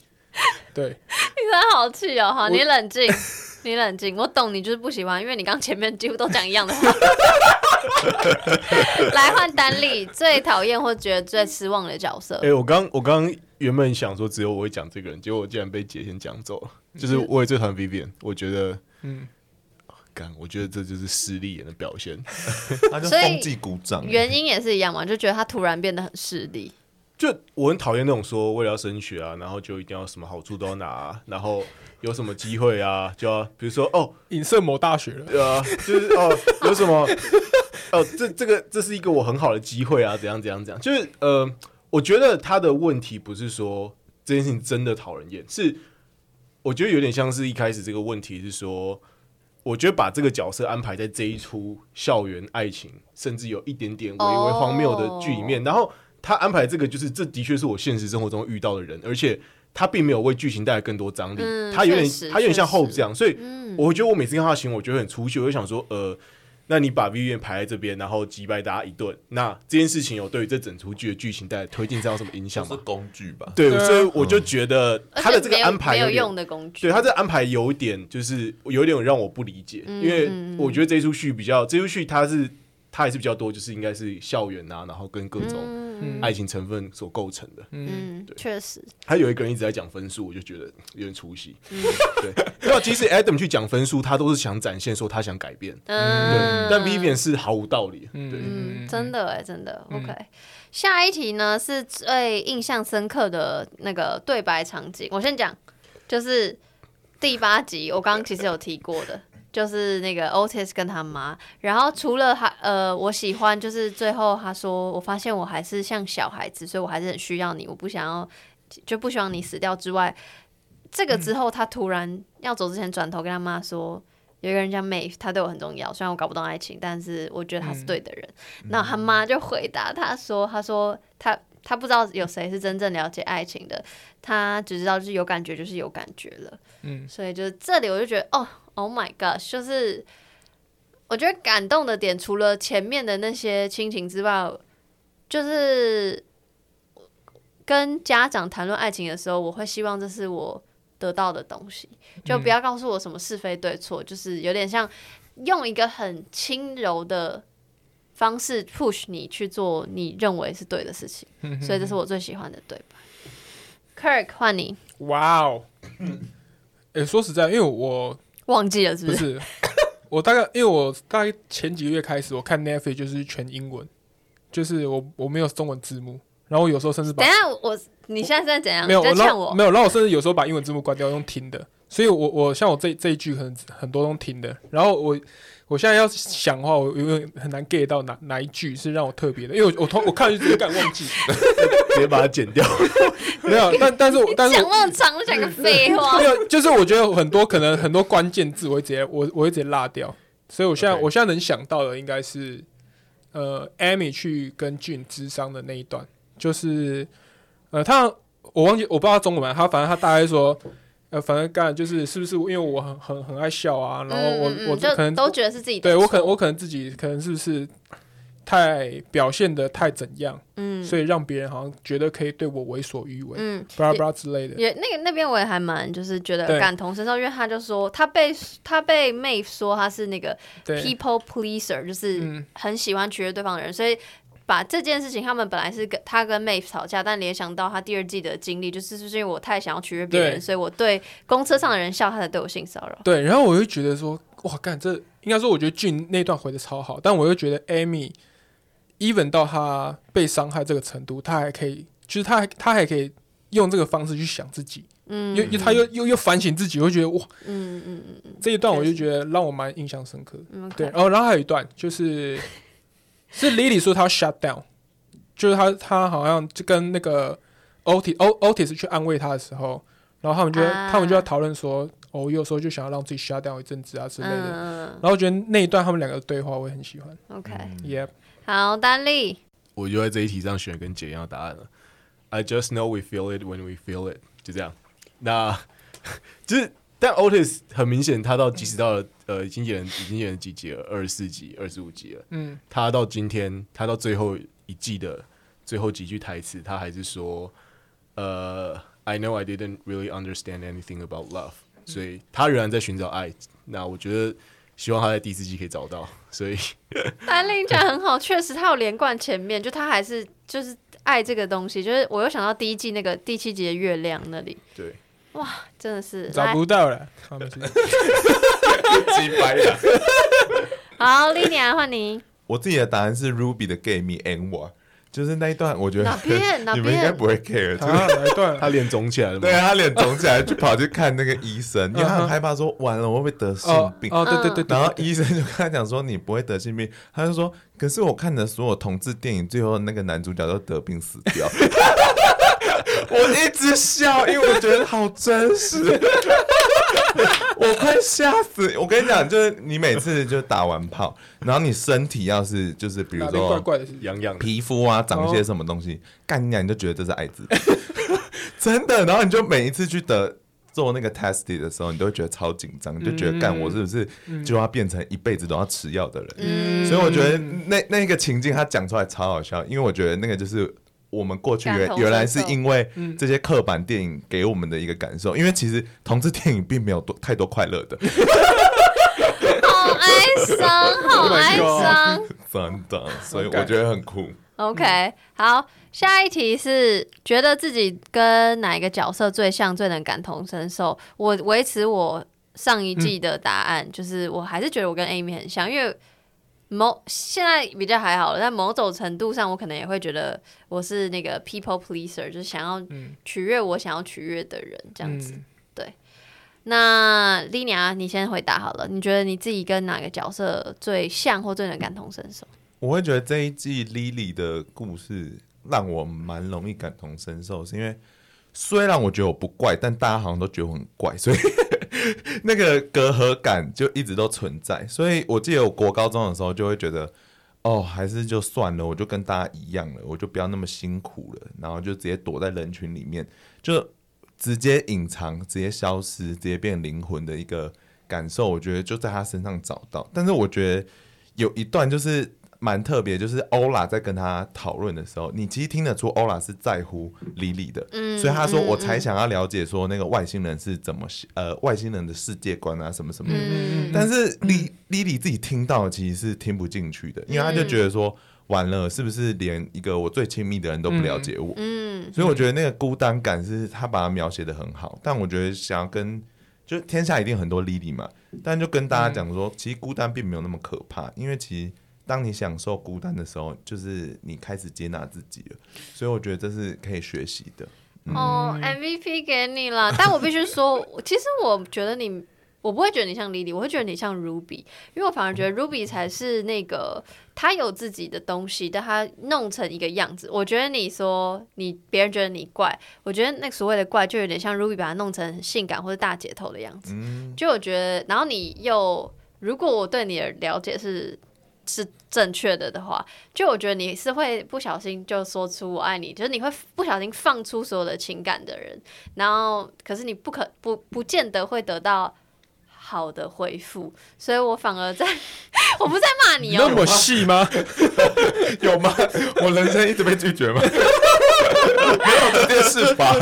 对，你真的好气哦！好，我你冷静，你冷静，我懂你就是不喜欢，因为你刚前面几乎都讲一样的话。 来换丹丽，最讨厌或觉得最失望的角色哎、，我刚我刚原本想说只有我会讲这个人，结果我竟然被姐先讲走了。就是我也最讨厌 Vivian，我觉得，哦嗯，干，我觉得这就是势利眼的表现。他就所以风纪鼓掌。原因也是一样嘛，就觉得他突然变得很势利。就我很讨厌那种说为了要升学啊，然后就一定要什么好处都要拿啊、然后有什么机会啊，就要比如说哦，影射某大学了。对啊，就是哦，有什么哦，这这个这是一个我很好的机会啊，怎样怎样怎样，就是呃，我觉得他的问题不是说这件事情真的讨人厌，是我觉得有点像是一开始这个问题是说，我觉得把这个角色安排在这一出校园爱情，甚至有一点点微微荒谬的剧里面，然后他安排这个就是这的确是我现实生活中遇到的人，而且。他并没有为剧情带来更多张力，嗯他有点确实他有点像确实嗯 Hope 这样，所以我觉得我每次看他的行为，我觉得很出戏，我就想说，呃，那你把 Vivian 排在这边，然后击败大家一顿，那这件事情有对于这整出剧的剧情带来推进上有什么影响是吗？工具吧，对，对啊所以我就觉得他的这个安嗯排而且没有没点有用的工具，对他这安排有一点，就是有一点让我不理解，嗯因为我觉得这一出剧比较，这出剧它是它还是比较多，就是应该是校园啊，然后跟各种嗯嗯爱情成分所构成的。嗯，嗯对，确实，他有一个人一直在讲分数，我就觉得有点出戏。对，那其实 Adam 去讲分数，他都是想展现说他想改变，嗯对，但 Vivian 是毫无道理，嗯对。嗯，真的哎、真的。OK，、下一题呢是最印象深刻的那个对白场景。我先讲，就是第八集，我刚刚其实有提过的，就是那个 Otis 跟他妈。然后除了他，呃，我喜欢就是最后他说，我发现我还是像小孩子，所以我还是很需要你，我不想要就不希望你死掉之外。这个之后，他突然要走之前，转头跟他妈说。有一个人叫 Mae，他对我很重要。虽然我搞不懂爱情，但是我觉得他是对的人。然后他妈就回答他说：“他说他他不知道有谁是真正了解爱情的，他只知道就是有感觉就是有感觉了。”嗯，所以就是这里我就觉得，哦，Oh my God，就是我觉得感动的点，除了前面的那些亲情之外，就是跟家长谈论爱情的时候，我会希望这是我得到的东西，就不要告诉我什么是非对错，就是有点像用一个很轻柔的。方式 push 你去做你认为是对的事情，所以这是我最喜欢的对白。Kirk 换你， 哇哦，嗯哎，说实在，因为我忘记了是不不是？是 我大概，因为我大概前几个月开始，我看 Netflix 就是全英文，就是我我没有中文字幕，然后我有时候甚至把等一下，我你现在是在怎样？没有，啊你在我呛让我？没有，然后我甚至有时候把英文字幕关掉，用听的。所以我，我像我这这一句很很多都听的。然后我我现在要想的话，我永远很难 get 到哪哪一句是让我特别的，因为我我通我看了就直接敢忘 记，直接把它剪掉。没有。但但是我但是讲我那么长，我讲个废话 没。有，就是我觉得很多可能很多关键字我会直接我我会直接落掉。所以我现在 OK 我现在能想到的应该是呃，Amy 去跟 Jun 智商的那一段，就是呃，他我忘记我不知道他中文版，他反正他大概说。呃，反正干就是是不是因为我很很很爱笑啊，然后我、嗯嗯嗯我就可能都觉得是自己的对我错可能我可能自己可能是不是太表现的太怎样，嗯所以让别人好像觉得可以对我为所欲为，嗯巴拉巴拉之类的。也那个那边我也还蛮就是觉得对感同身受，因为他就说他被他被妹说他是那个对， people pleaser，就是嗯，很喜欢取悦对方的人，所以。把这件事情，他们本来是跟他跟 Mae 吵架，但联想到他第二季的经历，就是就是因为我太想要取悦别人，对所以我对公车上的人笑，他才对我性骚扰。对，然后我就觉得说，哇，干这应该说，我觉得俊那段回的超好，但我又觉得 Amy，even 到她被伤害这个程度，她还可以，就是她还她还可以用这个方式去想自己，嗯又又她又又又反省自己，我就觉得哇，嗯嗯嗯嗯这一段我就觉得让我蛮印象深刻的。嗯，对， OK，然后然后还有一段就是是 Lily 说她要 shut down，就是她她好像就跟那个 Otis O Otis 去安慰她的时候，然后他们就、啊他们就要讨论说，哦，我有时候就想要让自己 shut down 一阵子啊之类嗯的。嗯然后我觉得那一段他们两个的对话我也很喜欢。嗯，OK， Yep，好，丹丽，我就在这一题上选跟姐一样的答案了。I just know we feel it when we feel it，就这样。那 就是，但 Otis 很明显，他到即使到了呃，已经演已经演了几集了，二十四集、二十五集了。嗯，他到今天，他到最后一季的最后几句台词，他还是说，呃，I know I didn't really understand anything about love，所以他仍然在寻找爱。那我觉得，希望他在第四季可以找到。所以 丹令讲很好，确实他有连贯前面，就他还是就是爱这个东西，就是我又想到第一季那个第七集的月亮那里，对，真的是找来不到了，他们是击败了。好，莉莉安换你 我自己的答案是 Ruby 的 Gay Me and War，就是那一段，我觉得哪 边哪你们应该边不会 care，就是啊，哪一 段他啊？脸肿起来了吗？对啊，他脸肿起来就跑去看那个医生，因为他很害怕说完了我会不会得性哦病。哦，对对对对然后对医生就跟他讲说你不会得性病，他就说可是我看的所有同志电影，最后那个男主角都得病死掉。 我一直笑，因为我觉得好真实， 我快吓死！我跟你讲，就是你每次就打完炮，然后你身体要是就是比如哪说边怪怪的是？痒痒的，皮肤啊长一些什么东西，干你娘你就觉得这是艾 滋病，真的。然后你就每一次去得做那个 testy 的时候，你都会觉得超紧张，你就觉得干我是不是就要变成一辈子都要吃药的人？所以我觉得那那个情境他讲出来超好笑，因为我觉得那个就是。我们过去感原同身受原来是因为这些刻板电影给我们的一个感受，因为其实同志电影并没有多太多快乐的，好哀伤，好哀伤。真的，所以感 我觉得很酷。 OK，好，下一题是觉得自己跟哪一个角色最像，最能感同身受？我维持我上一季的答案，就是我还是觉得我跟 Amy 很像，因为某现在比较还好了，但某种程度上，我可能也会觉得我是那个 people pleaser，就是想要嗯取悦我想要取悦的人这样子。嗯那 Lina，你先回答好了，你觉得你自己跟哪个角色最像或最能感同身受？我会觉得这一季 Lily 的故事让我蛮容易感同身受，是因为虽然我觉得我不怪，但大家好像都觉得我很怪，所以 那个隔阂感就一直都存在。所以我记得我国高中的时候就会觉得，哦，还是就算了，我就跟大家一样了，我就不要那么辛苦了，然后就直接躲在人群里面，就直接隐藏，直接消失，直接变灵魂的一个感受，我觉得就在他身上找到。但是我觉得有一段就是蛮特别，就是欧拉在跟他讨论的时候，你其实听得出欧拉是在乎李李的，嗯所以他说嗯我才想要了解说那个外星人是怎么呃外星人的世界观啊什么什么的。嗯，但是莉莉莉自己听到其实是听不进去的，因为她嗯就觉得说，完了是不是连一个我最亲密的人都不了解我？嗯，所以我觉得那个孤单感是她把它描写的很好，但我觉得想要跟就天下一定很多莉莉嘛，但就跟大家讲说，其实孤单并没有那么可怕，因为其实。当你享受孤单的时候，就是你开始接纳自己了，所以我觉得这是可以学习的。哦，MVP 给你了，但我必须说，我其实我觉得你，我不会觉得你像 Lily，我会觉得你像 Ruby，因为我反而觉得 Ruby 才是那个他有自己的东西，但他弄成一个样子。我觉得你说你别人觉得你怪，我觉得那个所谓的怪就有点像 Ruby 把它弄成很性感或者大姐头的样子。嗯，就我觉得，然后你又如果我对你的了解是是正确的的话，就我觉得你是会不小心就说出我爱你，就是你会不小心放出所有的情感的人，然后可是你不可不不见得会得到。好的回复，所以我反而在， 我不是在骂你哦、那么细吗？ 有吗？我人生一直被拒绝 吗？没有这件事吧？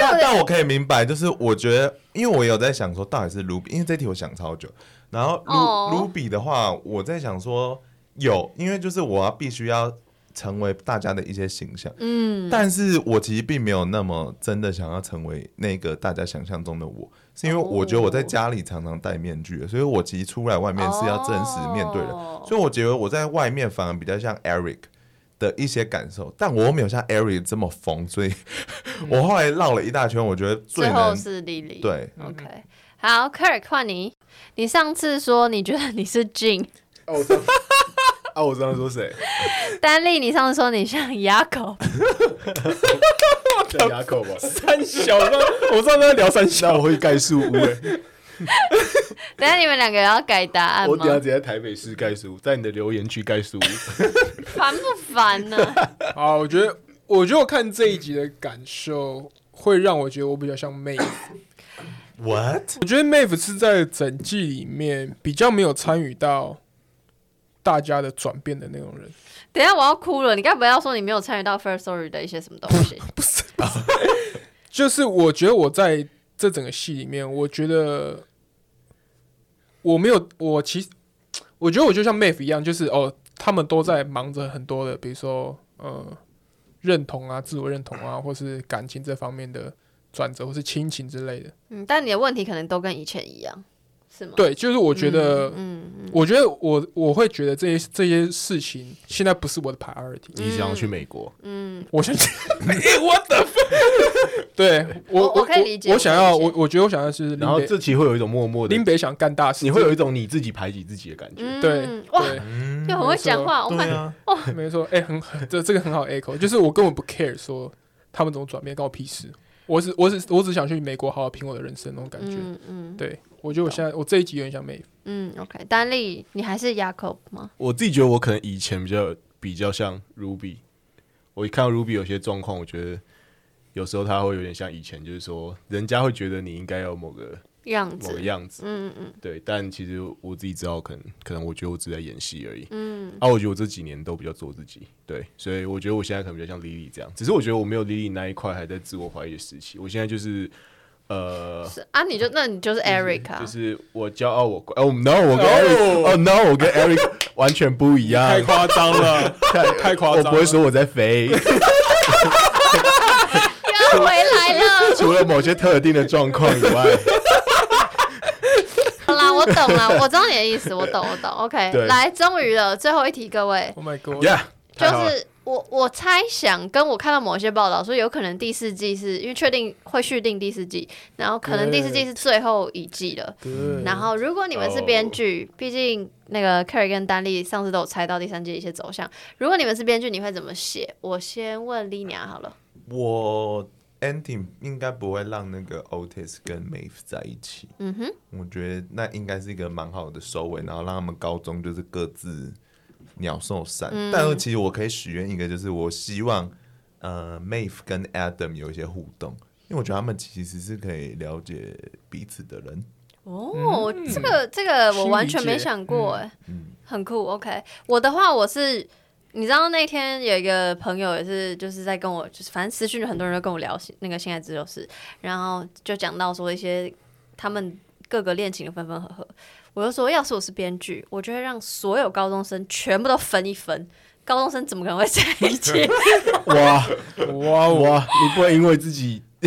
但但我可以明白，就是我觉得，因为我有在想说，到底是 Ruby，因为这题我想超久。然后 Ru、哦 Ruby 的话，我在想说有，因为就是我要必须要成为大家的一些形象，嗯，但是我其实并没有那么真的想要成为那个大家想象中的我，是因为我觉得我在家里常常戴面具，所以我其实出来外面是要真实面对的。哦所以我觉得我在外面反而比较像 Eric 的一些感受，但我又没有像 Eric 这么疯，所以 我后来绕了一大圈，我觉得最嗯最后能是 Lily，对，OK，好，Kirk 换你，你上次说你觉得你是 Jin，啊，我上 啊，我上次 说谁？丹丽，你上次说你像牙口，叫牙口吧。三小吗？我知道在聊三小。那我会盖树屋欸，等一下你们两个要改答案我吗等一？下直接在台北市盖树屋，在你的留言区盖树屋。烦不烦呢、好，我觉得，我觉得我看这一集的感受，会让我觉得我比较像妹。嗯 What？我觉得 Mave 是在整季里面比较没有参与到大家的转变的那种人。 等一下我要哭了，你该不要说你没有参与到 First Story 的一些什么东西？ 就是我觉得我在这整个戏里面，我觉得我没有，我其实我觉得我就像 Mave 一样，就是哦，他们都在忙着很多的，比如说呃认同啊、自我认同啊，或是感情这方面的转折，或是亲情之类的。嗯，但你的问题可能都跟以前一样，是吗？，对，就是我觉得。嗯，嗯我觉得我我会觉得这些这些事情现在不是我的 priority，你想要去美国？嗯，我 想，哎，我的，对我我我可以理解我我可以想要理解我我觉得我想要是然后林北这期会有一种默默的林，北想干大事，你会有一种你自己排挤自己的感觉。嗯对哇，对嗯，又很会讲话，我对们啊，没错，哎，很很这这个很好 echo，就是我根本不 care 说他们怎么转变，关我屁事，我只我只我只想去美国好好拼我的人生那种感觉，嗯嗯对我觉得我现在我这一集有点像妹，嗯，OK，丹丽，你还是牙口吗？我自己觉得我可能以前比较比较像 Ruby，我一看到 Ruby 有些状况，我觉得有时候他会有点像以前，就是说人家会觉得你应该有某个样某子个，样子，嗯嗯对。但其实我自己知道，可能可能我觉得我只在演戏而已。嗯啊，我觉得我这几年都比较做自己，对，所以我觉得我现在可能比较像 Lily 这样，只是我觉得我没有 Lily 那一块还在自我怀疑的时期，我现在就是呃嗯，。是啊，你就那你就是 Eric 啊，就是我骄傲我，怪哦、no，我跟 Eric，哦、no，我跟 Eric 完全不一样，太夸张 了，太夸我张了，不会说我在肥，不要回来了。除了某些特定的状况以 外，好啦，我懂了，我知道你的意思，我懂，我懂。OK，对来，终于了，最后一题，各位， ，Oh my god，呀，就太好了是我我猜想，跟我看到某些报道说，有可能第四季是因为确定会续订第四季，然后可能第四季是最后一季了。对然后，如果你们是编剧，毕竟那个哦 Kerry 跟丹丽上次都有猜到第三季的一些走向。如果你们是编剧，你会怎么写？我先问 Lina 好了。我 ending 应该不会让那个 Otis 跟 Maeve 在一起。嗯哼，我觉得那应该是一个蛮好的收尾，然后让他们高中就是各自鸟兽散。嗯但是其实我可以许愿一个，就是我希望呃 Maeve 跟 Adam 有一些互动，因为我觉得他们其实是可以了解彼此的人。哦，这个这个我完全没想过哎、很酷。OK，我的话我是，你知道那天有一个朋友也是，就是在跟我，就是反正私讯很多人都跟我聊那个性爱自由室，然后就讲到说一些他们各个恋情的分分合合。我就说，要是我是编剧，我就会让所有高中生全部都分一分。高中生怎么可能会在一起？哇哇哦哇，哇，你不会因为自己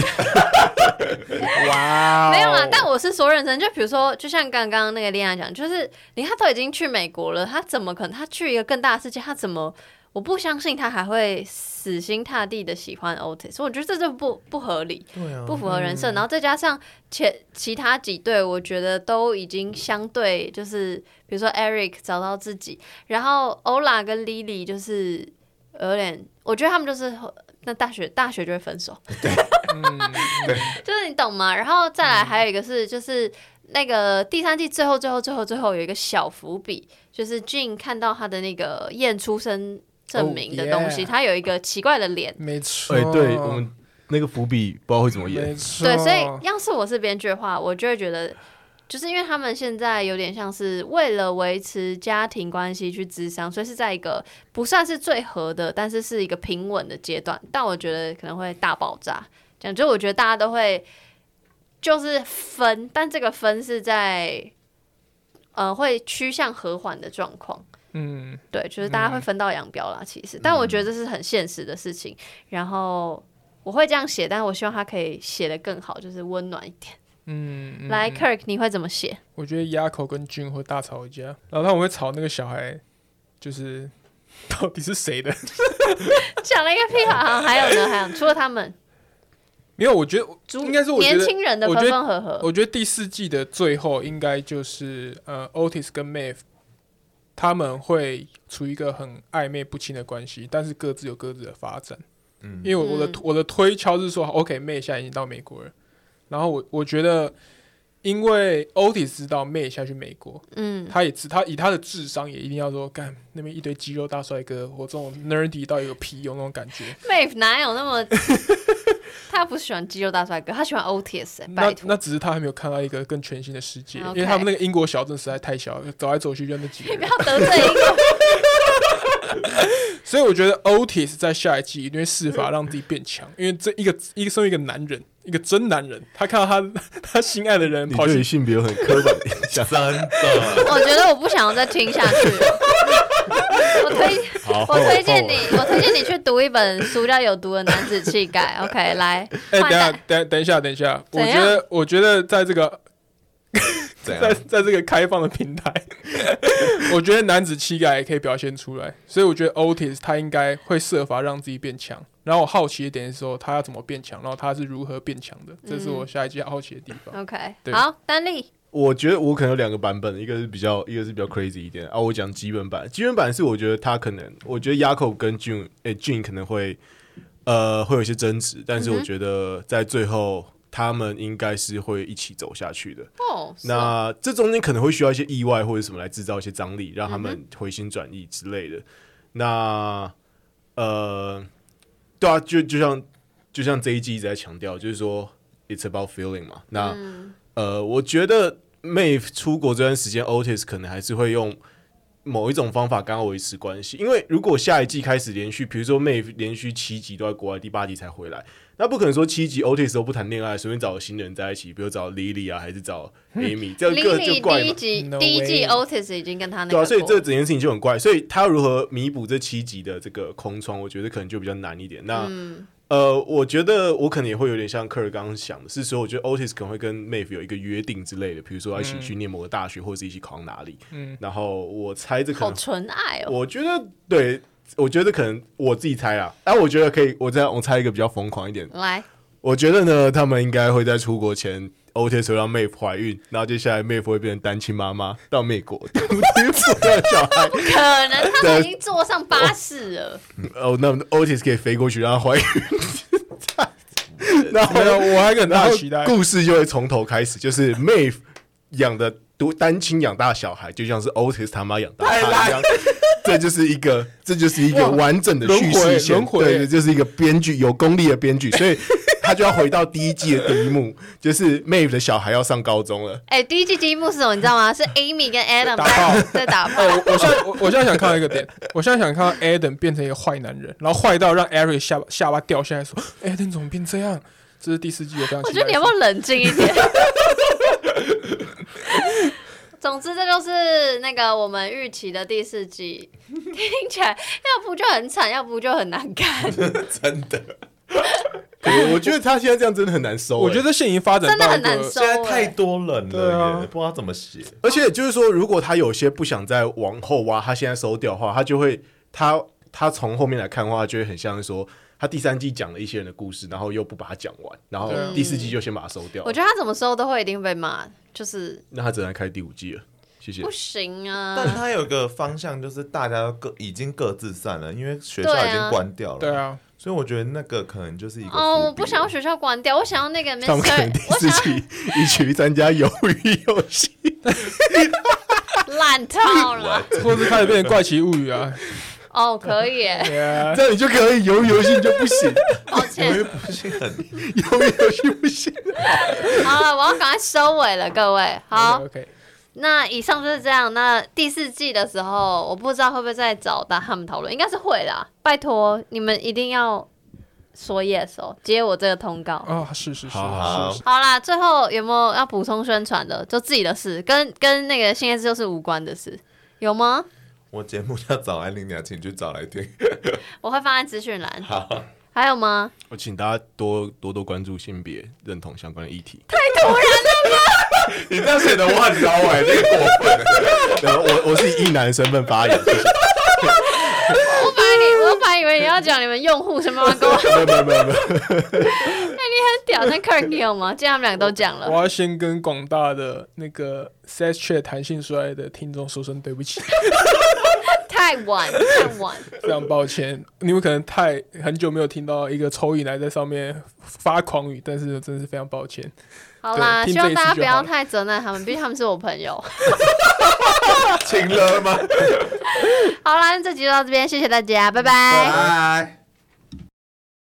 哇哦没有啦，但我是说认真，就比如说，就像刚刚那个恋爱讲，就是你看他都已经去美国了，他怎么可能？他去一个更大的世界，他怎么？我不相信他还会死心塌地的喜欢 Otis，我觉得这就不不合理，对啊不符合人设。然后再加上前其他几对，我觉得都已经相对就是，比如说 Eric 找到自己，然后 Ola 跟 Lily 就是有点，我觉得他们就是那大学大学就会分手。就是你懂吗？然后再来还有一个是，就是那个第三季最后最后最后最后有一个小伏笔，就是 Jane 看到他的那个验出生证明的东西 Oh, yeah. 他有一个奇怪的脸。没错，哎，对我们那个伏笔不知道会怎么哦没演，错，对，所以要是我是编剧的话，我就会觉得，就是因为他们现在有点像是为了维持家庭关系去智商，所以是在一个不算是最合的，但是是一个平稳的阶段。但我觉得可能会大爆炸，讲就我觉得大家都会就是分，但这个分是在呃会趋向和缓的状况。嗯，对，就是大家会分道扬镳啦，其实，但我觉得这是很现实的事情。然后我会这样写，但我希望他可以写得更好，就是温暖一点。嗯，来，Kirk，你会怎么写？ 我觉得丫口跟君会大吵一架，然后他们会吵那个小孩，就是 到底是谁的？讲了一个屁话，还有呢，还有，除了他们，没有，我觉得主应该是我觉得年轻人的分分合合。我觉得第四季的最后应该就是呃，Otis 跟 Maeve 他们会处于一个很暧昧不清的关系，但是各自有各自的发展。嗯，因为我的、嗯我的推敲是说，OK，Maeve、现在已经到美国了，然后我我觉得，因为 Otis 知道 Maeve 下去美国，嗯，他也知他以他的智商也一定要说，干那边一堆肌肉大帅哥，我这种 nerdy 到一个屁用那种感觉。 Mave 哪有那么？ 他不喜欢肌肉大帅哥，他喜欢 Otis，、欸、那拜托 那。只是他还没有看到一个更全新的世界 OK 因为他们那个英国小镇实在太小，了，走来走去就那几个你不 人。要得罪一个，所以我觉得 Otis 在下一季一定会试法让自己变强，因为这一个一个身为一个男人，一个真男人，他看到他 他心爱的人你跑对于去，性别有很刻板的印象。真的，我觉得我不想要再听下去 了。我推好我推荐后你来，我推荐你去读一本书叫《有毒的男子气 概》。OK，来，哎、换等一下代等一下等一下等一怎下，我觉样得我觉得在这个 怎在样？在这个开放的平 台，我觉得男子气概也可以表现出来，所以我觉得 Otis 他应该会设法让自己变强。然后我好奇的点是说他要怎么变强，然后他是如何变强的，这是嗯我下一季好奇的地方。 OK，对好，丹丽，我觉得我可能有两个版本，一个是比较，一个是比较 crazy 一点啊。我讲基本版，基本版是我觉得他可能，我觉得 Yaco 跟 Jun，诶、j u n 可能会，呃，会有一些争执，但是我觉得在最后他们应该是会一起走下去的。哦，是哦那这中间可能会需要一些意外或者什么来制造一些张力，让他们回心转意之类的。那呃，对啊，就就像就像这一季一直在强调，就是说 it's about feeling 嘛。那、呃，我觉得 Mave 出国这段时间，Otis 可能还是会用某一种方法跟他维持关系，因为如果下一季开始连续，比如说 Mave 连续七集都在国外，第八集才回来，那不可能说七集 Otis 都不谈恋爱，随便找个新人在一起，比如找 Lily 啊，还是找 Amy，、这个就 Lily 怪第嘛一。集 No 第一季 way Otis 已经跟他那对啊，个所以过这整件事情就很怪，所以他如何弥补这七集的这个空窗，我觉得可能就比较难一点。那、嗯呃，我觉得我可能也会有点像科尔刚刚想的，是说我觉得 Otis 可能会跟 Mave 有一个约定之类的，比如说一起去念某个大学，或者是一起考上哪里。嗯然后我猜这可好能，纯爱哦，我觉得对，我觉得可能我自己猜啦，但我觉得可以，我再我猜一个比较疯狂一点，来，我觉得呢，他们应该会在出国前，Otis 会让 Mave 怀孕，然后接下来 Mave 会变成单亲妈妈，到美国独居抚养小孩。可能他们已经坐上巴士了，哦，那 Otis 可以飞过去让她怀孕。然后 没有，我还有一个很大然的后期待。故事就会从头开始，就是 Maeve 养的独单亲养大小孩，就像是 Otis 他妈养大他一样。这就是一个，这就是一个哇完整的叙轮事回线轮，回对，这就是一个编剧有功力的编剧， 所以他就要回到第一季的第一幕，就是 Maeve 的小孩要上高中了，哎、第一季第一幕是什么？你知道吗？是 Amy 跟 Adam 打炮在 打炮哎、。我我现在我我现在想看到一个点，我现在想看到 Adam 变成一个坏男人，然后坏到让 Eric 下巴下巴掉下来说：“Adam 怎么变这样？”这是第四季，我非常我期觉待得你要不要冷静一点？总之，这就是那个我们预期的第四季，听起来要不就很惨，要不就很难看，真的。我我觉得他现在这样真的很难收、我觉欸得现已经发展真的到一很个难收、嗯现在太哎多人对了啊耶，不知道怎么写。而且就是说，如果他有些不想再往后挖，他现在收掉的话，他就会他他从后面来看的话，他就会很像是说，他第三季讲了一些人的故事，然后又不把它讲完，然后对啊第四季就先把它收掉我。觉得他怎么收都会一定被骂，就是那他只能开第五季了，谢谢不。 行但啊。它有个方向，就是大家都各已经各自散了，因为学校对啊已经关掉了。对，啊，所以我觉得那个可能就是一个哦，伏笔我不想要学校关掉，我想要那个他们可 Mr. 能第我四想季一起去参加鱿鱼游戏，要烂套了。 或者是开始变成怪奇物语啊。哦，可以耶，对啊这样你就可以鱿鱼游戏你就不行，抱我歉又。不是很鱿鱼游戏不行。好了，我要赶快收尾了，各位。好， ，OK，那以上就是这样。那第四季的时候，我不知道会不会再找到他们讨论，应该是会啦。拜托你们一定要说 yes 哦，接我这个通告。啊，是是是，好好是是好啦，最后有没有要补充宣传的？就自己的事，跟跟那个新 S 就是无关的事，有吗？我节目叫早安林鸟，请去找来听。 我会放在资讯栏。好，还有吗？我请大家多多多关注性别认同相关的议 题。你这样写的我很高哎，这个过分。然后我我是以异男的身份发言，谢谢。我本来你，我本来以为你要讲你们用户什 么跟我没有没有没有没有。屌，那 Kirk 你有吗？既然他们两个都讲我了，要先跟广大的那个 s e x c h 弹性衰的听众说声对不起， 太晚太晚。非常抱歉，你们可能太很久没有听到一个臭以男在上面发狂语，但是真的是非常抱歉。好啦，对希听这望一大次家就不要好了太责难他们，毕竟他们是我朋友。请了吗？好啦，那这集就到这边，谢谢大家，拜拜拜。